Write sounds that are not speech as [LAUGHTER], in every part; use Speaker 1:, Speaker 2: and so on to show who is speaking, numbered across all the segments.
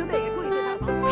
Speaker 1: 球队也注意对他防守。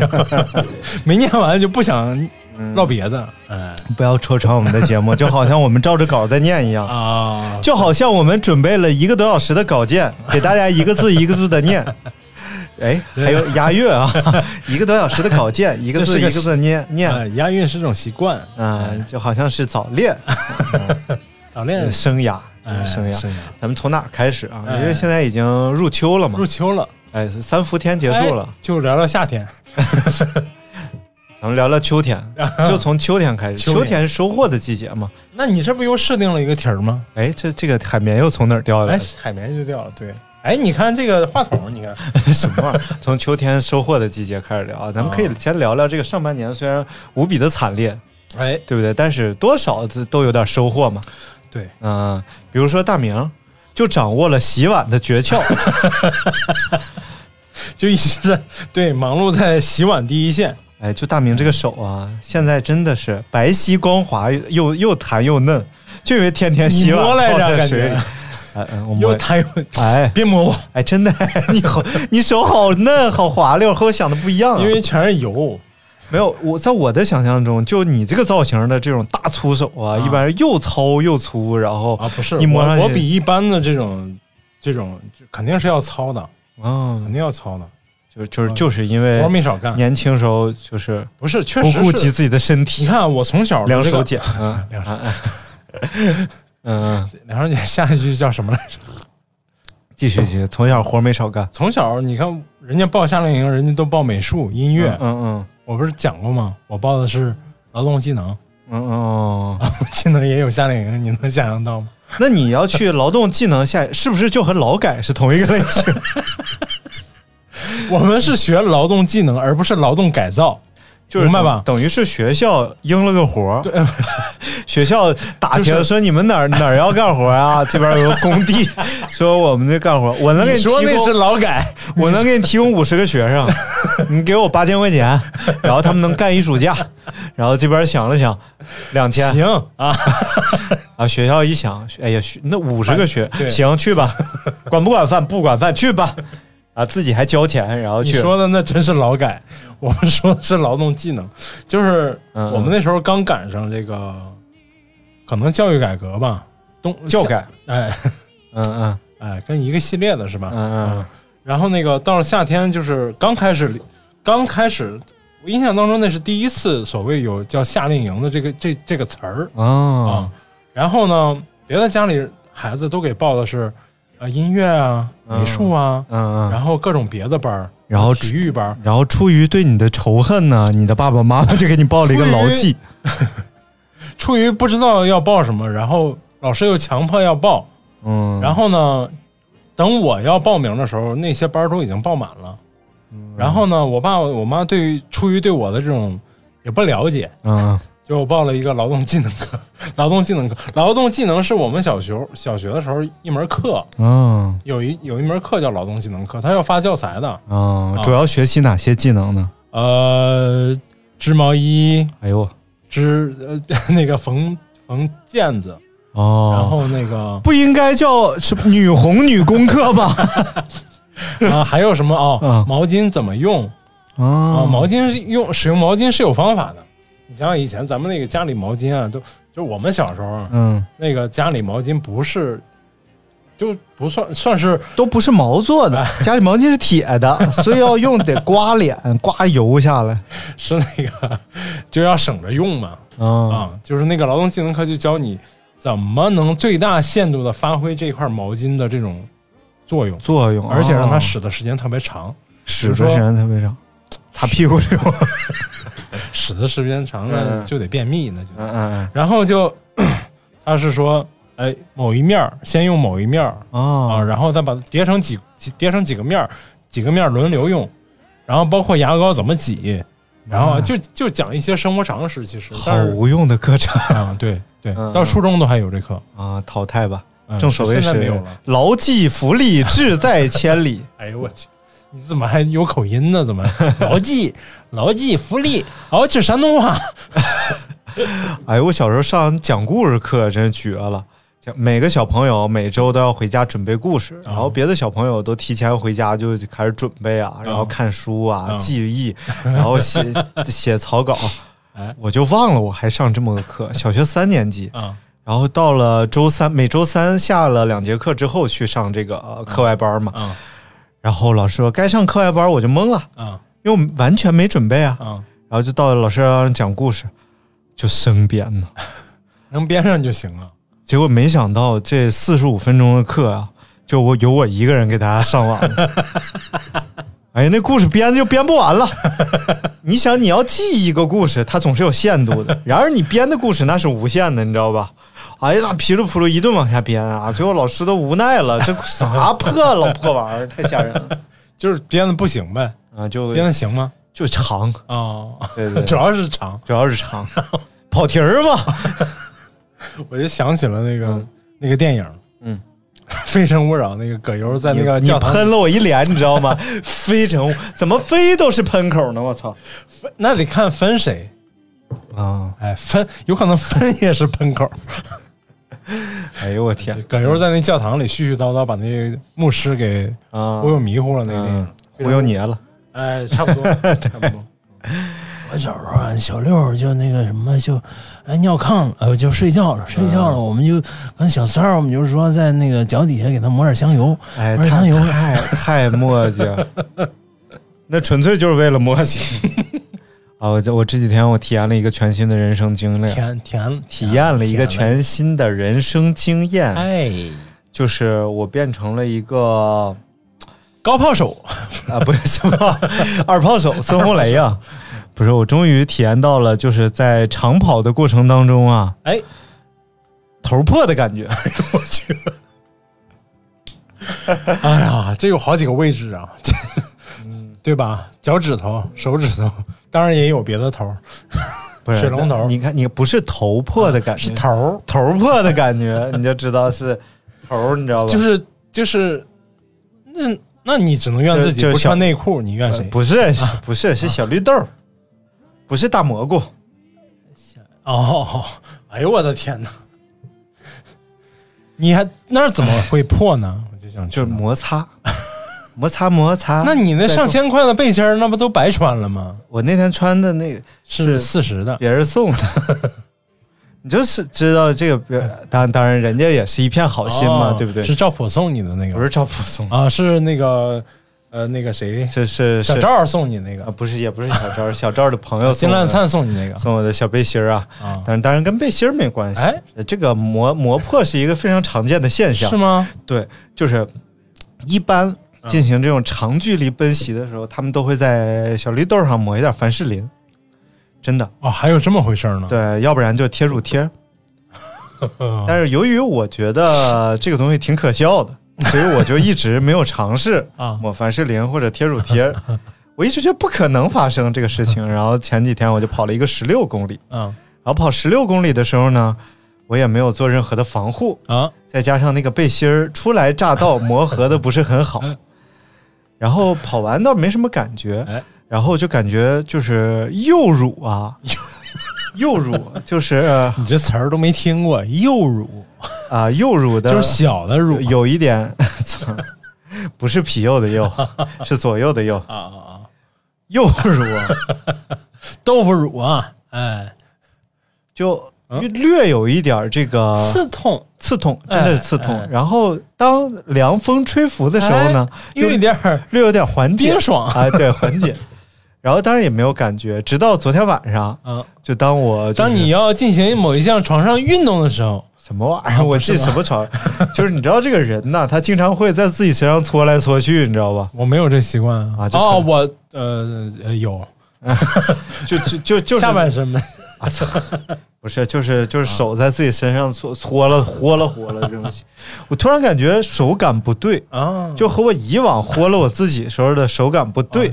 Speaker 2: 没念完就不想
Speaker 3: 嗯
Speaker 2: 唠别的，哎
Speaker 3: 不要戳穿我们的节目，就好像我们照着稿儿在念一样。
Speaker 2: [LAUGHS] 啊，
Speaker 3: 就好像我们准备了一个多小时的稿
Speaker 2: [LAUGHS]
Speaker 3: 件，给大家一个字一个字的念。哎，还有押韵
Speaker 2: [LAUGHS]
Speaker 3: 啊，一个多小时的稿件，一个字
Speaker 2: 这是
Speaker 3: 一
Speaker 2: 个
Speaker 3: 个字念念，
Speaker 2: 哎押韵是种习惯，
Speaker 3: 啊，就好像是早恋、
Speaker 2: 早恋
Speaker 3: 呃生涯、
Speaker 2: 哎
Speaker 3: 嗯生涯。
Speaker 2: 涯
Speaker 3: 咱们从哪儿开始啊？
Speaker 2: 哎
Speaker 3: 因为现在已经入秋了嘛
Speaker 2: 入，秋了，
Speaker 3: 哎，三伏天结束了
Speaker 2: 哎，就聊聊夏天，
Speaker 3: 咱们聊聊秋 [LAUGHS] 天，就从秋天开始。
Speaker 2: 秋
Speaker 3: 哎秋
Speaker 2: 天
Speaker 3: 天是收获的季节嘛。
Speaker 2: 那你这不又设定了一个题儿吗？
Speaker 3: 哎，这这个海绵又从哪儿掉来
Speaker 2: 哎
Speaker 3: 的？，
Speaker 2: 海绵就掉了，对。哎，你看这个话筒，你看，
Speaker 3: [LAUGHS] 什么玩意儿？从秋天收获的季节开始聊啊，咱们可以先聊聊这个上半年虽然无比的惨烈，
Speaker 2: 哎，
Speaker 3: 对不对？但是多少都有点收获嘛。
Speaker 2: 对，
Speaker 3: 嗯、比如说大明就掌握了洗碗的诀窍，
Speaker 2: 就一直在对忙碌在洗碗第一线，
Speaker 3: 哎，就大明这个手啊，现在真的是白皙光滑，又又弹又嫩，就因为天天洗碗
Speaker 2: 你摸来着
Speaker 3: 泡在
Speaker 2: 感
Speaker 3: 水
Speaker 2: 觉
Speaker 3: 里。 [LAUGHS] 哎，嗯我摸
Speaker 2: 又。弹又
Speaker 3: 哎
Speaker 2: [LAUGHS] 别摸我，
Speaker 3: 哎，真的， [LAUGHS] 你好，你手好嫩，好滑溜，和我想的不一样、啊。
Speaker 2: 因为全是油。
Speaker 3: 没有我，在我的想象中，就你这个造型的这种大粗手啊，一般是又糙又粗，然后
Speaker 2: 啊，不是，
Speaker 3: 一摸上去
Speaker 2: 我我比一般的这种这种肯定是要糙的，
Speaker 3: 啊
Speaker 2: 肯，定要糙的，
Speaker 3: 就就是就是因为
Speaker 2: 活啊没少干。
Speaker 3: 年轻时候就是
Speaker 2: 不是，确
Speaker 3: 不
Speaker 2: 实
Speaker 3: 顾及
Speaker 2: 是。
Speaker 3: 自己的身
Speaker 2: 你
Speaker 3: 体，
Speaker 2: 看我从小的
Speaker 3: 两
Speaker 2: 这个
Speaker 3: 手，茧，嗯
Speaker 2: 两手
Speaker 3: 嗯，
Speaker 2: 两手茧，下一句叫什么来着？ [LAUGHS]
Speaker 3: 继续继续，从小活没少干，
Speaker 2: 从小你看人家报夏令营，人家都报美术、音乐，
Speaker 3: 嗯嗯
Speaker 2: 我不是讲过吗？我报的是劳动技能， [LAUGHS]
Speaker 3: 嗯嗯哦，
Speaker 2: 技能也有夏令营，你能想象到吗？
Speaker 3: 那你要去劳动技能下，是不是就和劳改是同一个类型？ [LAUGHS]
Speaker 2: 我们是学劳动技能，而不是劳动改造，
Speaker 3: 就是
Speaker 2: 明白吧？
Speaker 3: 等于是学校应了个活儿，对， [LAUGHS] 学校打听、
Speaker 2: 就是
Speaker 3: 说你们哪儿哪儿要干活
Speaker 2: [LAUGHS]
Speaker 3: 啊？这边有个工地，说我们这干活，我能给
Speaker 2: 你
Speaker 3: 提
Speaker 2: 说那
Speaker 3: 供
Speaker 2: 是劳改，
Speaker 3: [LAUGHS] 我能给你提供五十个学
Speaker 2: [LAUGHS]
Speaker 3: 生，你给我八千块钱，然后他们能干一暑假，然后这边想了想，两千
Speaker 2: 行啊，
Speaker 3: 啊，学校一想，哎呀，学那五十个学
Speaker 2: 对
Speaker 3: 行去吧， [LAUGHS] 管不管饭不管饭去吧，啊，自己还交钱，然后
Speaker 2: 你
Speaker 3: 去，
Speaker 2: 说的那真是劳改，我们说的是劳动技能，就是
Speaker 3: 嗯嗯
Speaker 2: 我们那时候刚赶上这个可能教育改革吧，东
Speaker 3: 教改，
Speaker 2: 哎
Speaker 3: 嗯嗯
Speaker 2: 哎，跟一个系列的是吧？
Speaker 3: 嗯嗯，
Speaker 2: 然后那个到了夏天，就是刚开始，刚开始，我印象当中那是第一次所谓有叫夏令营的这个这这个词儿啊、
Speaker 3: 哦，
Speaker 2: 然后呢，别的家里孩子都给报的是呃音乐啊、
Speaker 3: 嗯
Speaker 2: 美术啊，
Speaker 3: 嗯嗯，
Speaker 2: 然后各种别的班儿，
Speaker 3: 然后
Speaker 2: 体育班儿。
Speaker 3: 然后出于对你的仇恨呢，你的爸爸妈妈就给你报了一个牢记，
Speaker 2: 出于不知道要报什么，然后老师又强迫要报，
Speaker 3: 嗯，
Speaker 2: 然后呢，等我要报名的时候，那些班儿都已经报满了。
Speaker 3: 嗯
Speaker 2: 然后呢，我爸我妈对于出于对我的这种也不了解，
Speaker 3: 嗯
Speaker 2: 就我报了一个劳动技能课。 [LAUGHS] 劳动技能课，劳动技能是我们小学小学的时候一门课，
Speaker 3: 嗯
Speaker 2: 有一有一门课叫劳动技能课，它要发教材的。
Speaker 3: 嗯，
Speaker 2: 啊
Speaker 3: 主要学习哪些技能呢？
Speaker 2: 呃，织毛衣，
Speaker 3: 哎呦，
Speaker 2: 织呃 [LAUGHS] 那个缝缝毽子，
Speaker 3: 哦，
Speaker 2: 然后那个。
Speaker 3: 不应该叫是女红女工课吧？
Speaker 2: [LAUGHS] 啊，还有什么哦？
Speaker 3: 嗯
Speaker 2: 毛巾怎么用 [LAUGHS] 啊？
Speaker 3: 啊
Speaker 2: 毛巾是用使用毛巾是有方法的。你想想以前咱们那个家里毛巾啊，都就是我们小时候啊
Speaker 3: 嗯，
Speaker 2: 那个家里毛巾不是，就不算算是
Speaker 3: 都不是毛做
Speaker 2: [LAUGHS]
Speaker 3: 的，家里毛巾是铁的，所以要用得刮脸、刮油下来。
Speaker 2: 是那个就要省着用嘛
Speaker 3: 啊
Speaker 2: 啊，就是那个劳动技能课就教你怎么能最大限度的发挥这块毛巾的这种作用，
Speaker 3: 作用，
Speaker 2: 而且让它
Speaker 3: 哦
Speaker 2: 使的时间特别长，
Speaker 3: 使的时间特别长，擦屁股流。
Speaker 2: [LAUGHS] 使的时间长
Speaker 3: 嗯
Speaker 2: 了就得便秘，那就
Speaker 3: 嗯嗯
Speaker 2: 然后就 [CLEARS THROAT] 他是说，哎，某一面儿先用某一面儿
Speaker 3: 嗯
Speaker 2: 啊，
Speaker 3: 啊
Speaker 2: 然后再把它叠成几几叠成几个面儿，几个面儿轮流用，然后包括牙膏怎么挤，然后啊就就讲一些生活常识，其实
Speaker 3: 嗯好
Speaker 2: 但是
Speaker 3: 无用的课程
Speaker 2: 啊，对对
Speaker 3: 嗯，
Speaker 2: 到初中都还有这课，
Speaker 3: 啊，淘汰吧。
Speaker 2: 嗯
Speaker 3: 正所谓
Speaker 2: 现在没有
Speaker 3: 是
Speaker 2: 了。
Speaker 3: 牢记福利，志在千里。
Speaker 2: 哎呦我去！你怎么还有口音呢？
Speaker 3: [LAUGHS]
Speaker 2: 怎么牢记牢记福利，牢记山东话？
Speaker 3: 哎，我小时候上讲故事课真是绝了。讲每个小朋友每周都要回家准备故事，然后别的小朋友都提前回家就开始准备啊，然后看书啊、
Speaker 2: 嗯
Speaker 3: 记忆，然后写 [LAUGHS] 写草稿。
Speaker 2: 哎
Speaker 3: 我就忘了我还上这么个课，小学三年级。
Speaker 2: 嗯
Speaker 3: 然后到了周三，每周三下了两节课之后去上这个呃课外班嘛。
Speaker 2: 嗯
Speaker 3: 然后老师说该上课外班，我就懵了，
Speaker 2: 嗯
Speaker 3: 因为我完全没准备啊。
Speaker 2: 嗯，
Speaker 3: 然后就到老师让人讲故事，就生编呢。
Speaker 2: 能编上就行了。
Speaker 3: 结果没想到这四十五分钟的课啊，就我有我一个人给大家上完了。哎呀，那故事编就编不完了。你想，你要记一个故事，它总是有限度的。然而你编的故事那是无限的，你知道吧？哎呀，噼里扑噜一顿往下编啊，最后老师都无奈了，这啥破老破玩意儿，太吓人了
Speaker 2: 就是编的不行呗，
Speaker 3: 啊！就
Speaker 2: 编的行吗？
Speaker 3: 就长，
Speaker 2: 哦，
Speaker 3: 对对对
Speaker 2: [LAUGHS] 主要是长，
Speaker 3: 主要是长，跑题儿嘛。
Speaker 2: 我就想起了那个、那个电影，
Speaker 3: 嗯，
Speaker 2: [LAUGHS] 《非诚勿扰》那个葛优在那个
Speaker 3: 你
Speaker 2: 教堂，
Speaker 3: 喷了我一脸，你知道吗？非诚怎么非都是喷口呢？我操！
Speaker 2: 那得看分谁，
Speaker 3: 啊！
Speaker 2: 哎，分有可能分也是
Speaker 3: [LAUGHS]
Speaker 2: 喷口。
Speaker 3: 哎呦我天
Speaker 2: 葛优在那教堂里絮絮叨叨，把那个牧师给
Speaker 3: 啊！
Speaker 2: 忽悠迷糊了，那个电影、
Speaker 3: 嗯，忽悠你了。
Speaker 2: 哎，差 [LAUGHS] 不多，差不多。我小时候啊，小六儿就那个什么，就哎尿炕了，呃，就睡觉
Speaker 3: 嗯
Speaker 2: 了，睡觉了，我们就跟小三儿，我们就说在那个脚底下给他抹点香油，
Speaker 3: 哎，
Speaker 2: 抹点香
Speaker 3: 太
Speaker 2: 油，
Speaker 3: 太太墨迹
Speaker 2: [LAUGHS]
Speaker 3: 了，那纯粹就是为了墨迹。 [LAUGHS] 啊，我这我这几天我体验了一个全新的人生经历，
Speaker 2: 甜甜
Speaker 3: 体验了一个全新的人生经验，
Speaker 2: 哎，
Speaker 3: 就是我变成了一个
Speaker 2: 高炮手，
Speaker 3: 啊， [LAUGHS] 不是什么二炮手孙红雷呀、不是，我终于体验到了，就是在长跑的过程当中啊，
Speaker 2: 哎，
Speaker 3: 头破的感觉。
Speaker 2: 哎呀，这有好几个位置啊，这
Speaker 3: 嗯
Speaker 2: 对吧？脚趾头、手指头，当然也有别的头儿，
Speaker 3: 不是
Speaker 2: 水龙头啊
Speaker 3: 你看你不是头破的感觉，
Speaker 2: 是头儿，
Speaker 3: 头破的感觉，你就知道是头儿，你知道吧？
Speaker 2: 就是就是，那那你只能怨自己
Speaker 3: 就就
Speaker 2: 不
Speaker 3: 小
Speaker 2: 穿内裤，你怨
Speaker 3: 呃
Speaker 2: 谁？
Speaker 3: 不是不
Speaker 2: 啊
Speaker 3: 是是小绿豆儿，不是大蘑菇。
Speaker 2: 哦，哎呦我的天哪！你还那儿怎么会破呢？我就想知
Speaker 3: 哎就是
Speaker 2: 道
Speaker 3: 摩擦，摩擦摩擦。
Speaker 2: 那你那上千块的背心儿，那不都白穿了吗？
Speaker 3: 我那天穿的那个
Speaker 2: [LAUGHS] 是四十的，
Speaker 3: 别人送的，你就是知道这个表，当当然人家也是一片好心嘛，
Speaker 2: 哦
Speaker 3: 对不对？
Speaker 2: 是赵普送你的那个，
Speaker 3: 不是赵普松，
Speaker 2: 啊，是那个呃那个谁
Speaker 3: 这是
Speaker 2: 小
Speaker 3: 是
Speaker 2: 赵送你那
Speaker 3: 啊，
Speaker 2: 个，
Speaker 3: 不是也不是小赵， [LAUGHS] 小赵的朋友
Speaker 2: 金
Speaker 3: 送我
Speaker 2: 烂
Speaker 3: 的
Speaker 2: 灿送你那个
Speaker 3: 送我的小背心儿啊，
Speaker 2: 啊，
Speaker 3: 但是当然跟背心儿没关系。
Speaker 2: 哎，
Speaker 3: 这个磨磨破是一个非常常见的现象
Speaker 2: 是，吗？
Speaker 3: 对，就是一
Speaker 2: 嗯
Speaker 3: 般进行这种长距离奔袭的时候，他们都会在小绿豆上抹一点凡士林，真的，
Speaker 2: 哦，还有这么回事儿呢？
Speaker 3: 对，要不然就贴乳贴。
Speaker 2: [LAUGHS] 嗯，
Speaker 3: 但是由于我觉得这个东西挺可笑
Speaker 2: [LAUGHS]
Speaker 3: 的，所以我就一直没有尝试
Speaker 2: 啊
Speaker 3: 抹凡士林或者贴乳
Speaker 2: [LAUGHS]
Speaker 3: 贴。我一直觉得不可能发生这个事情，然后前几天我就跑了一个十六公里，
Speaker 2: 嗯
Speaker 3: 然后跑十六公里的时候呢，我也没有做任何的防护，
Speaker 2: 啊，
Speaker 3: 再加上那个背心儿初来乍到磨合的不是很好，
Speaker 2: 嗯
Speaker 3: 然后跑完倒没什么感觉
Speaker 2: 哎，
Speaker 3: 然后就感觉就是右乳
Speaker 2: [LAUGHS]
Speaker 3: 啊，右乳就是啊、
Speaker 2: 你这词儿都没听过，幼乳
Speaker 3: 右乳的
Speaker 2: 就是小的乳啊
Speaker 3: 有一点，操 [LAUGHS] 不是皮右的右，是左右的右，
Speaker 2: [LAUGHS] 啊啊啊，
Speaker 3: 右乳
Speaker 2: [LAUGHS]
Speaker 3: 啊
Speaker 2: 豆腐乳啊，哎，
Speaker 3: 就略有一点儿这个
Speaker 2: 嗯刺痛，
Speaker 3: 刺痛，真的是刺
Speaker 2: 哎哎
Speaker 3: 痛。然后当凉风吹拂的时候呢，
Speaker 2: 有哎一点儿
Speaker 3: 略有点缓解
Speaker 2: 冰，爽，
Speaker 3: 哎，对，缓
Speaker 2: [LAUGHS]
Speaker 3: 解。然后当然也没有感觉，直到昨天晚上，
Speaker 2: 嗯，
Speaker 3: 就当我就是
Speaker 2: 当你要进行某一项床上运动的时候，
Speaker 3: 什么玩意
Speaker 2: 啊
Speaker 3: 儿，我 [LAUGHS] 这什么床，就是你知道这个人呐，他经常会在自己身上搓来搓去，你知道吧？
Speaker 2: 我没有这习惯
Speaker 3: 啊这
Speaker 2: 哦，
Speaker 3: 可
Speaker 2: 我呃呃有
Speaker 3: 就就就就是
Speaker 2: 下半啊身没
Speaker 3: 啊操！不是，就是就是手在自己身上搓搓了、豁了、豁了这东
Speaker 2: [LAUGHS]
Speaker 3: 西，我突然感觉手感不对，
Speaker 2: 啊，
Speaker 3: 就和我以往豁了我自己时候的手感不对，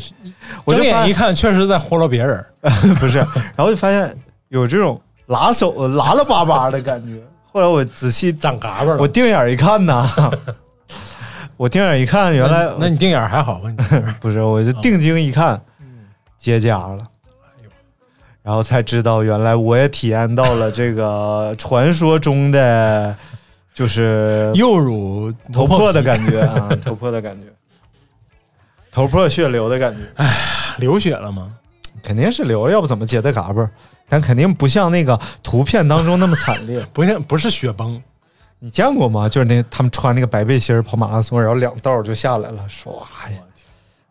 Speaker 3: 我
Speaker 2: 睁
Speaker 3: 就发
Speaker 2: 眼一
Speaker 3: 现
Speaker 2: 看，确实在豁了别人。
Speaker 3: [LAUGHS] 不是，然后就发现有这种拉手拉拉巴巴的感觉。后来我仔细
Speaker 2: 长嘎巴了。
Speaker 3: 我定眼一看呐，
Speaker 2: [LAUGHS]
Speaker 3: 我定眼一看，原来
Speaker 2: 那那你嗯定眼儿还好吧？你
Speaker 3: [LAUGHS] 不是，我就定睛一看，
Speaker 2: 嗯
Speaker 3: 结痂了。
Speaker 2: 哎
Speaker 3: 然后才知道，原来我也体验到了这个传说中的，
Speaker 2: [LAUGHS]
Speaker 3: 就是
Speaker 2: 右乳
Speaker 3: 头
Speaker 2: 破
Speaker 3: 破的感觉啊，头破的感觉，头破血流的感觉，
Speaker 2: 流血了吗？
Speaker 3: 肯定是流，要不怎么结的嘎巴儿？但肯定不像那个图片当中那么惨 [LAUGHS] 烈。
Speaker 2: 不像不是雪崩，
Speaker 3: 你见过吗？就是那他们穿那个白背心儿跑马拉松，然后两道儿就下来了，唰呀，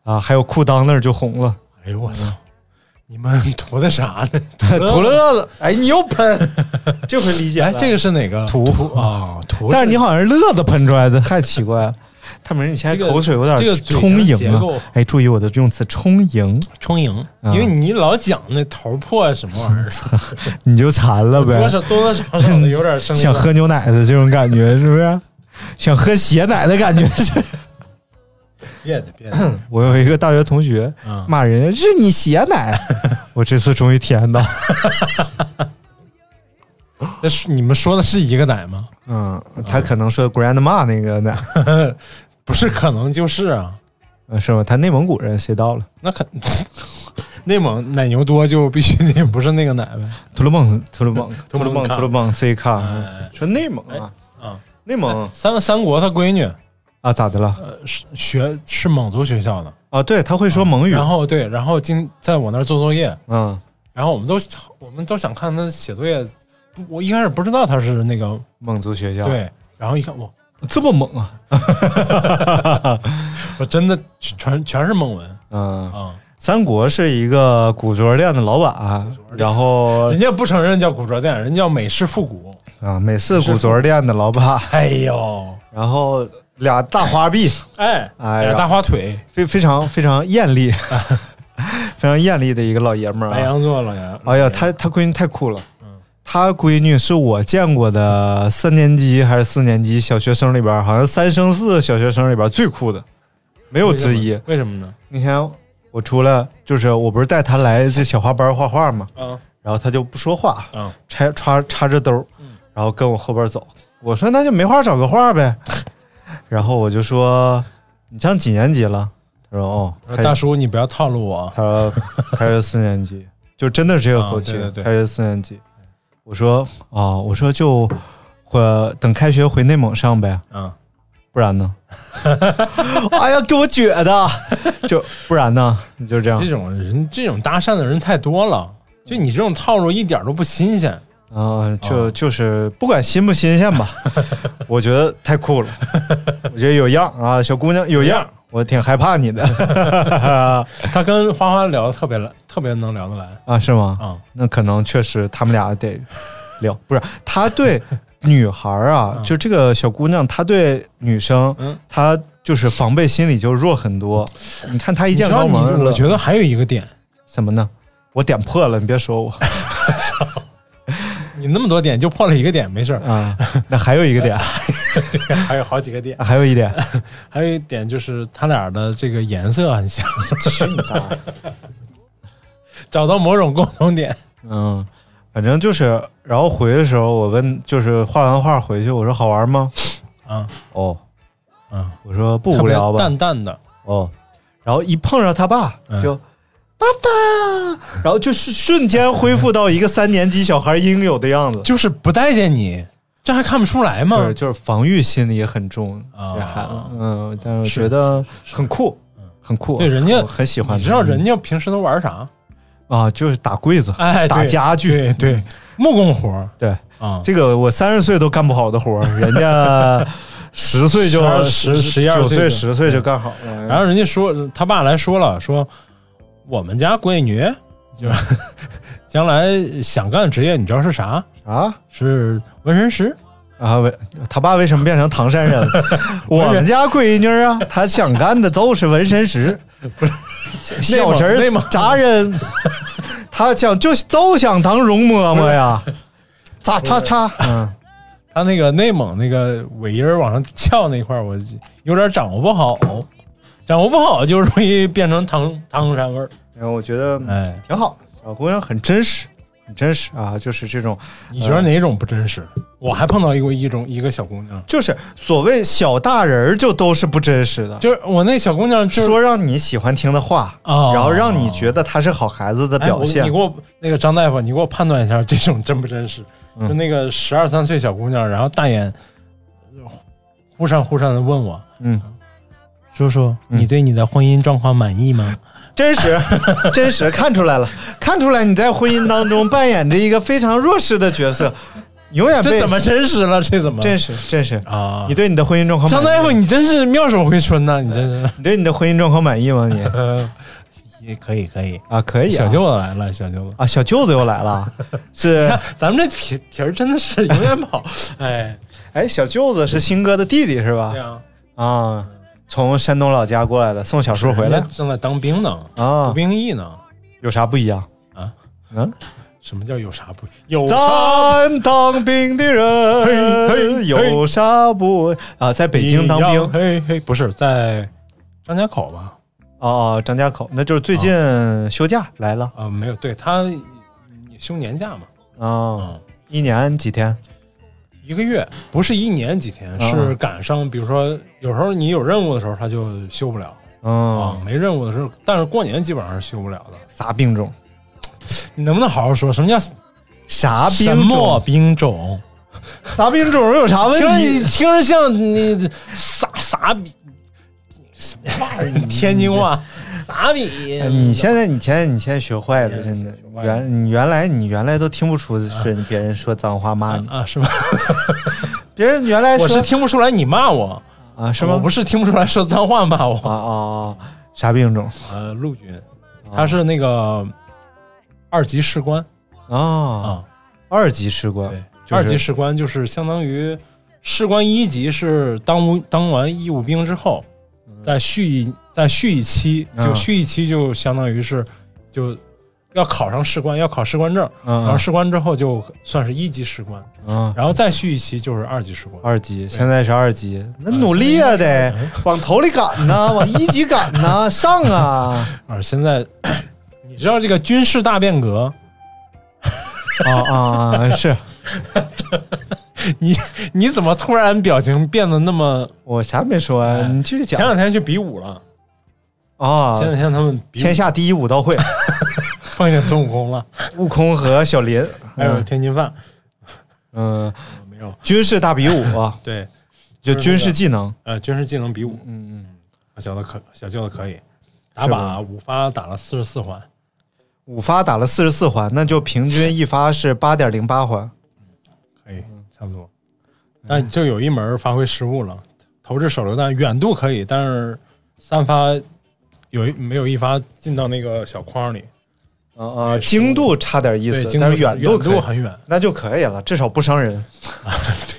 Speaker 3: 啊，还有裤裆那儿就红了，
Speaker 2: 哎呦我操！
Speaker 3: 嗯
Speaker 2: 你们 [LAUGHS] 涂的
Speaker 3: [LAUGHS]
Speaker 2: 啥呢？
Speaker 3: 土乐子，哎，你又喷， [LAUGHS] 这回理解
Speaker 2: 哎，
Speaker 3: 了。
Speaker 2: 这个是哪个
Speaker 3: 涂
Speaker 2: 啊？涂，
Speaker 3: 但是你好像是乐子喷出来的，太奇怪了。大明，你现
Speaker 2: 这
Speaker 3: 在
Speaker 2: 个
Speaker 3: 口水有点
Speaker 2: 这个嘴
Speaker 3: 充
Speaker 2: 型
Speaker 3: 盈
Speaker 2: 结
Speaker 3: 啊！
Speaker 2: 构
Speaker 3: 哎，注意我的用词“充盈
Speaker 2: 充盈，
Speaker 3: 嗯
Speaker 2: 因为你老讲那头破什么
Speaker 3: [LAUGHS]
Speaker 2: 玩意儿，”，
Speaker 3: 你就馋了呗
Speaker 2: 多，少多多少少的有点生理
Speaker 3: 想喝牛奶的这种感觉是不是？想喝血奶的感觉是？
Speaker 2: 别的
Speaker 3: [LAUGHS]
Speaker 2: 别的
Speaker 3: 我有一个大学同学
Speaker 2: 嗯
Speaker 3: 骂人家是你血奶，啊 [LAUGHS] 我这次终于体验到，
Speaker 2: 那是你们说的是一个奶吗？ [LAUGHS]
Speaker 3: 嗯，他可能说 grandma 那个奶，
Speaker 2: 不是，可能就是啊。
Speaker 3: 呃是吧？他内蒙古人，谁到了？
Speaker 2: 那肯 [LAUGHS] 内蒙奶牛多就必须得不是那个奶呗。
Speaker 3: 图鲁蒙，图鲁 [LAUGHS] 蒙，图
Speaker 2: 图鲁
Speaker 3: 鲁
Speaker 2: 蒙
Speaker 3: 蒙，
Speaker 2: 卡
Speaker 3: 图鲁蒙 C 卡
Speaker 2: 哎，
Speaker 3: 说内蒙啊，
Speaker 2: 啊，
Speaker 3: 内蒙
Speaker 2: 三三国他闺女
Speaker 3: 啊，咋的了？
Speaker 2: 学呃是蒙族学校的，
Speaker 3: 啊，对，他会说蒙语，
Speaker 2: 然后对，然后今在我那儿做作业，
Speaker 3: 嗯，
Speaker 2: 然后我们都我们都想看他写作业，不我一开始不知道他是那个
Speaker 3: 蒙族学校，，
Speaker 2: 对，然后一看我
Speaker 3: 这么猛啊，
Speaker 2: 我真的全全是蒙文
Speaker 3: 嗯，
Speaker 2: 啊，
Speaker 3: 三国是一个古着店的老板啊，然后
Speaker 2: 人家不承认叫古着店，人家叫美式复古。
Speaker 3: 啊，美式古着店的老板，
Speaker 2: 哎呦，
Speaker 3: 然后俩大花臂，
Speaker 2: 哎
Speaker 3: 哎
Speaker 2: 俩
Speaker 3: 呀
Speaker 2: 大花腿，
Speaker 3: 非非常非常艳
Speaker 2: [LAUGHS]
Speaker 3: 丽，非常艳丽的一个老爷们儿
Speaker 2: 白
Speaker 3: 啊。
Speaker 2: 羊嗯座老爷。
Speaker 3: 哎呀，他他闺女太酷了。他闺女是我见过的三年级还是四年级小学生里边儿，好像三升四小学生里边儿最酷的，没有之一。
Speaker 2: 为什么呢？
Speaker 3: 那天我出来，就是我不是带他来这小花班画画嘛，
Speaker 2: 啊
Speaker 3: 然后他就不说话，
Speaker 2: 啊，
Speaker 3: 插插插着兜，
Speaker 2: 嗯
Speaker 3: 然后跟我后边走。我说那就没话找个话呗，
Speaker 2: [LAUGHS]
Speaker 3: 然后我就说你上几年级了？他说哦，开
Speaker 2: 呃大叔，你不要套路我。
Speaker 3: 他说开学四年级，就真的是这个口气，
Speaker 2: 啊对对对
Speaker 3: 开学四年级。我说啊、我说就回等开学回内蒙上呗，
Speaker 2: 啊，
Speaker 3: 不然呢？ [LAUGHS] 哎呀，给我撅的，就不然呢？你就这样
Speaker 2: 这，种人，这种搭讪的人太多了，就你这种套路一点都不新鲜。
Speaker 3: 啊、就就是不管新不新鲜吧， [LAUGHS] 我觉得太酷了，我觉得有样儿啊，小姑娘有样儿，我挺害怕你的
Speaker 2: [LAUGHS] 他跟花花聊的特别来，特别能聊得来
Speaker 3: 啊，是吗？
Speaker 2: 啊。
Speaker 3: 那可能确实他们俩得
Speaker 2: [LAUGHS]
Speaker 3: 聊，不是他对女孩儿啊，就这个小姑娘，她对女生，
Speaker 2: 嗯
Speaker 3: 她就是防备心理就弱很多。你看她一
Speaker 2: 你
Speaker 3: 见
Speaker 2: 知道
Speaker 3: 高
Speaker 2: 你，
Speaker 3: 萌，
Speaker 2: 我觉得还有一个点，
Speaker 3: 什么呢？我点破了，你别说我
Speaker 2: 你那么多点就破了一个点， [LAUGHS] 没事儿，
Speaker 3: 啊。那还有一个
Speaker 2: [LAUGHS]
Speaker 3: 点，
Speaker 2: 还有好几个点，
Speaker 3: 还有一点，
Speaker 2: 还有一点就是他俩的这个颜色很像， [LAUGHS] 找到某种共同点。
Speaker 3: 嗯，反正就是，然后回的时候，我问，就是画完画回去，我说好玩吗？
Speaker 2: 啊，
Speaker 3: 哦，
Speaker 2: 嗯，
Speaker 3: 我说不无聊吧？
Speaker 2: 特别淡淡的，
Speaker 3: 哦，然后一碰上他爸
Speaker 2: 嗯
Speaker 3: 就。爸爸，然后就是瞬间恢复到一个三年级小孩应有的样子，嗯
Speaker 2: 就是不待见你，这还看不出来
Speaker 3: 就
Speaker 2: 吗
Speaker 3: 是？就是防御心理也很重。
Speaker 2: 啊
Speaker 3: 这孩子，嗯，但是我
Speaker 2: 是嗯
Speaker 3: 觉得很酷，很酷。
Speaker 2: 对人家
Speaker 3: 我很喜欢他。
Speaker 2: 你知道人家平时都玩啥？
Speaker 3: 啊，就是打柜子，
Speaker 2: 哎，
Speaker 3: 打
Speaker 2: 对
Speaker 3: 家具
Speaker 2: 对，
Speaker 3: [LAUGHS]
Speaker 2: 对，木工活儿
Speaker 3: 对，
Speaker 2: 啊，
Speaker 3: 这个我三十岁都干不好的活儿，人
Speaker 2: [LAUGHS]
Speaker 3: 家十岁就
Speaker 2: 十十一二
Speaker 3: 九
Speaker 2: 岁
Speaker 3: 岁
Speaker 2: 就嗯
Speaker 3: 十岁就干好了。
Speaker 2: 然后人家说他爸来说了，说我们家闺女就是 [LAUGHS] 将来想干的职业，你知道是啥？
Speaker 3: 啊
Speaker 2: 是纹身师。
Speaker 3: 啊！为他爸为什么变成唐山人
Speaker 2: [LAUGHS]
Speaker 3: 了？我们家闺女啊，她想干的都是纹身师，不是小侄儿
Speaker 2: 内蒙
Speaker 3: 扎人，
Speaker 2: [LAUGHS]
Speaker 3: 她想就都想当容嬷嬷呀，扎叉叉，嗯，
Speaker 2: 他那个内蒙那个尾音儿往上翘那块儿，我有点掌握不好，掌握不好就容易变成唐唐山味儿。
Speaker 3: 然后我觉得
Speaker 2: 哎，
Speaker 3: 挺好，小姑娘很真实，很真实啊，就是这种
Speaker 2: 你觉得哪种不真实？我还碰到一过一种一个小姑娘，
Speaker 3: 就是所谓小大人儿就都是不真实的，
Speaker 2: 就是我那小姑娘就是
Speaker 3: 说让你喜欢听的话，
Speaker 2: 哦
Speaker 3: 然后让你觉得他是好孩子的
Speaker 2: 哎
Speaker 3: 表
Speaker 2: 我
Speaker 3: 现。
Speaker 2: 你给我那个张大夫，你给我判断一下这种真不真实？
Speaker 3: 嗯
Speaker 2: 就那个十二三岁小姑娘，然后大眼忽闪忽闪的问我
Speaker 3: 嗯，
Speaker 2: 叔叔，
Speaker 3: 嗯
Speaker 2: 你对你的婚姻状况满意吗？
Speaker 3: 真
Speaker 2: [LAUGHS]
Speaker 3: 实，真实，看出来了，看出来你在婚姻当中扮演着一个非常弱势的角色，永远
Speaker 2: 这
Speaker 3: 哎被
Speaker 2: 怎么真实了？这怎么
Speaker 3: 真实真实。
Speaker 2: 啊？
Speaker 3: 你对你的婚姻状况满
Speaker 2: 张
Speaker 3: 意吗，
Speaker 2: 大夫，你真是妙手回春呐、你真是。
Speaker 3: 你对你的婚姻状况满意吗？你
Speaker 2: 呃，也可以可以。
Speaker 3: 啊，可以、啊。
Speaker 2: [LAUGHS] 小舅子来了，小舅子，
Speaker 3: 啊，小舅子又来
Speaker 2: [LAUGHS]
Speaker 3: 了，是
Speaker 2: 咱们这题题儿真的是永远
Speaker 3: [LAUGHS]
Speaker 2: 跑。哎，
Speaker 3: 哎，小舅子是新哥的弟弟是吧
Speaker 2: 对？啊，
Speaker 3: 啊，从山东老家过来的，送小叔回来
Speaker 2: 人家正在当兵呢，
Speaker 3: 啊
Speaker 2: 服，兵啊役呢。
Speaker 3: 有啥不一样？嗯
Speaker 2: 什么叫有啥不有啥？
Speaker 3: 咱当兵的
Speaker 2: 嘿嘿
Speaker 3: 人
Speaker 2: 嘿
Speaker 3: 有啥不啊？在北京当兵
Speaker 2: 嘿嘿，不是在张家口吧？
Speaker 3: 哦，张家口，那就是最近休假来了
Speaker 2: 啊、没有，对他你休年假
Speaker 3: 啊，
Speaker 2: 嘛，嗯，
Speaker 3: 一年几天
Speaker 2: 一个月不是一年几天，
Speaker 3: 啊
Speaker 2: 是赶上，比如说有时候你有任务的时候他就休不了啊、
Speaker 3: 嗯，
Speaker 2: 没任务的时候，但是过年基本上是休不了的。
Speaker 3: 啥兵种？
Speaker 2: 你能不能好好说什么叫
Speaker 3: 啥
Speaker 2: 什
Speaker 3: 兵
Speaker 2: 么
Speaker 3: 种？
Speaker 2: 兵种？
Speaker 3: 啥兵种有啥问
Speaker 2: 听着
Speaker 3: 题？
Speaker 2: 听着像你傻傻逼，什么
Speaker 3: [LAUGHS]
Speaker 2: 玩意儿？天津话傻逼
Speaker 3: 哎。你现在，你现在，你现在学坏了，真的
Speaker 2: 哎学。坏了
Speaker 3: 原你原来你原来都听不出是别人说脏话骂
Speaker 2: 啊
Speaker 3: 你，
Speaker 2: 啊是吗？
Speaker 3: 别人原来
Speaker 2: 我是
Speaker 3: 说
Speaker 2: 听不出来你骂我，
Speaker 3: 啊是吗
Speaker 2: 我不？是听不出来说脏话骂
Speaker 3: 啊
Speaker 2: 我。
Speaker 3: 啊，啥兵种
Speaker 2: 呃，陆军，他是那个二级士官
Speaker 3: 啊？
Speaker 2: 啊，
Speaker 3: 二级士官
Speaker 2: 对，
Speaker 3: 就是
Speaker 2: 二级士官就是相当于士官一级是当
Speaker 3: 嗯
Speaker 2: 务当完义务兵之后，再续一再续一期，
Speaker 3: 嗯
Speaker 2: 就续一期就相当于是就要考上士官，要考士官证，
Speaker 3: 嗯
Speaker 2: 然后士官之后就算是一级士官，
Speaker 3: 嗯。
Speaker 2: 然后再续一期就是二级士官。
Speaker 3: 二级，现在是二级，那努力啊，得 [LAUGHS] 往头里赶 [LAUGHS] 呐，往一级赶呐，上啊
Speaker 2: 啊，现在 [COUGHS] 你知道这个军事大变革，
Speaker 3: [LAUGHS] 啊啊啊！是 [LAUGHS]
Speaker 2: 你怎么突然表情变得那么？
Speaker 3: 我啥也没说啊，
Speaker 2: 哎
Speaker 3: 你继续
Speaker 2: 前
Speaker 3: 讲
Speaker 2: 两天去比武了，
Speaker 3: 啊。
Speaker 2: 前两天他们比武
Speaker 3: 天下第一武道会，
Speaker 2: 碰见孙悟空了，
Speaker 3: 悟空和小林， [LAUGHS]
Speaker 2: 还有天津饭
Speaker 3: 嗯，
Speaker 2: 没有？
Speaker 3: 军事大比武 [LAUGHS] 啊，
Speaker 2: 对，
Speaker 3: 就军事技能，
Speaker 2: 呃，军事技能比武，
Speaker 3: 嗯嗯，
Speaker 2: 小小子可小舅子可以，打
Speaker 3: 是
Speaker 2: 靶
Speaker 3: 吧
Speaker 2: 五发打了四十四环，
Speaker 3: 五发打了四十四环，那就平均一发是八点零八环，
Speaker 2: 哎，
Speaker 3: 嗯
Speaker 2: 差不多。但就有一门发挥失误了，投掷手榴弹远度可以，但是三发有一没有一发进到那个小框里，
Speaker 3: 啊啊，精度差点意
Speaker 2: 对，
Speaker 3: 思，
Speaker 2: 经
Speaker 3: 但
Speaker 2: 过
Speaker 3: 是远
Speaker 2: 度
Speaker 3: 可以，
Speaker 2: 很远，
Speaker 3: 那就可以了，至少不伤人。
Speaker 2: [LAUGHS]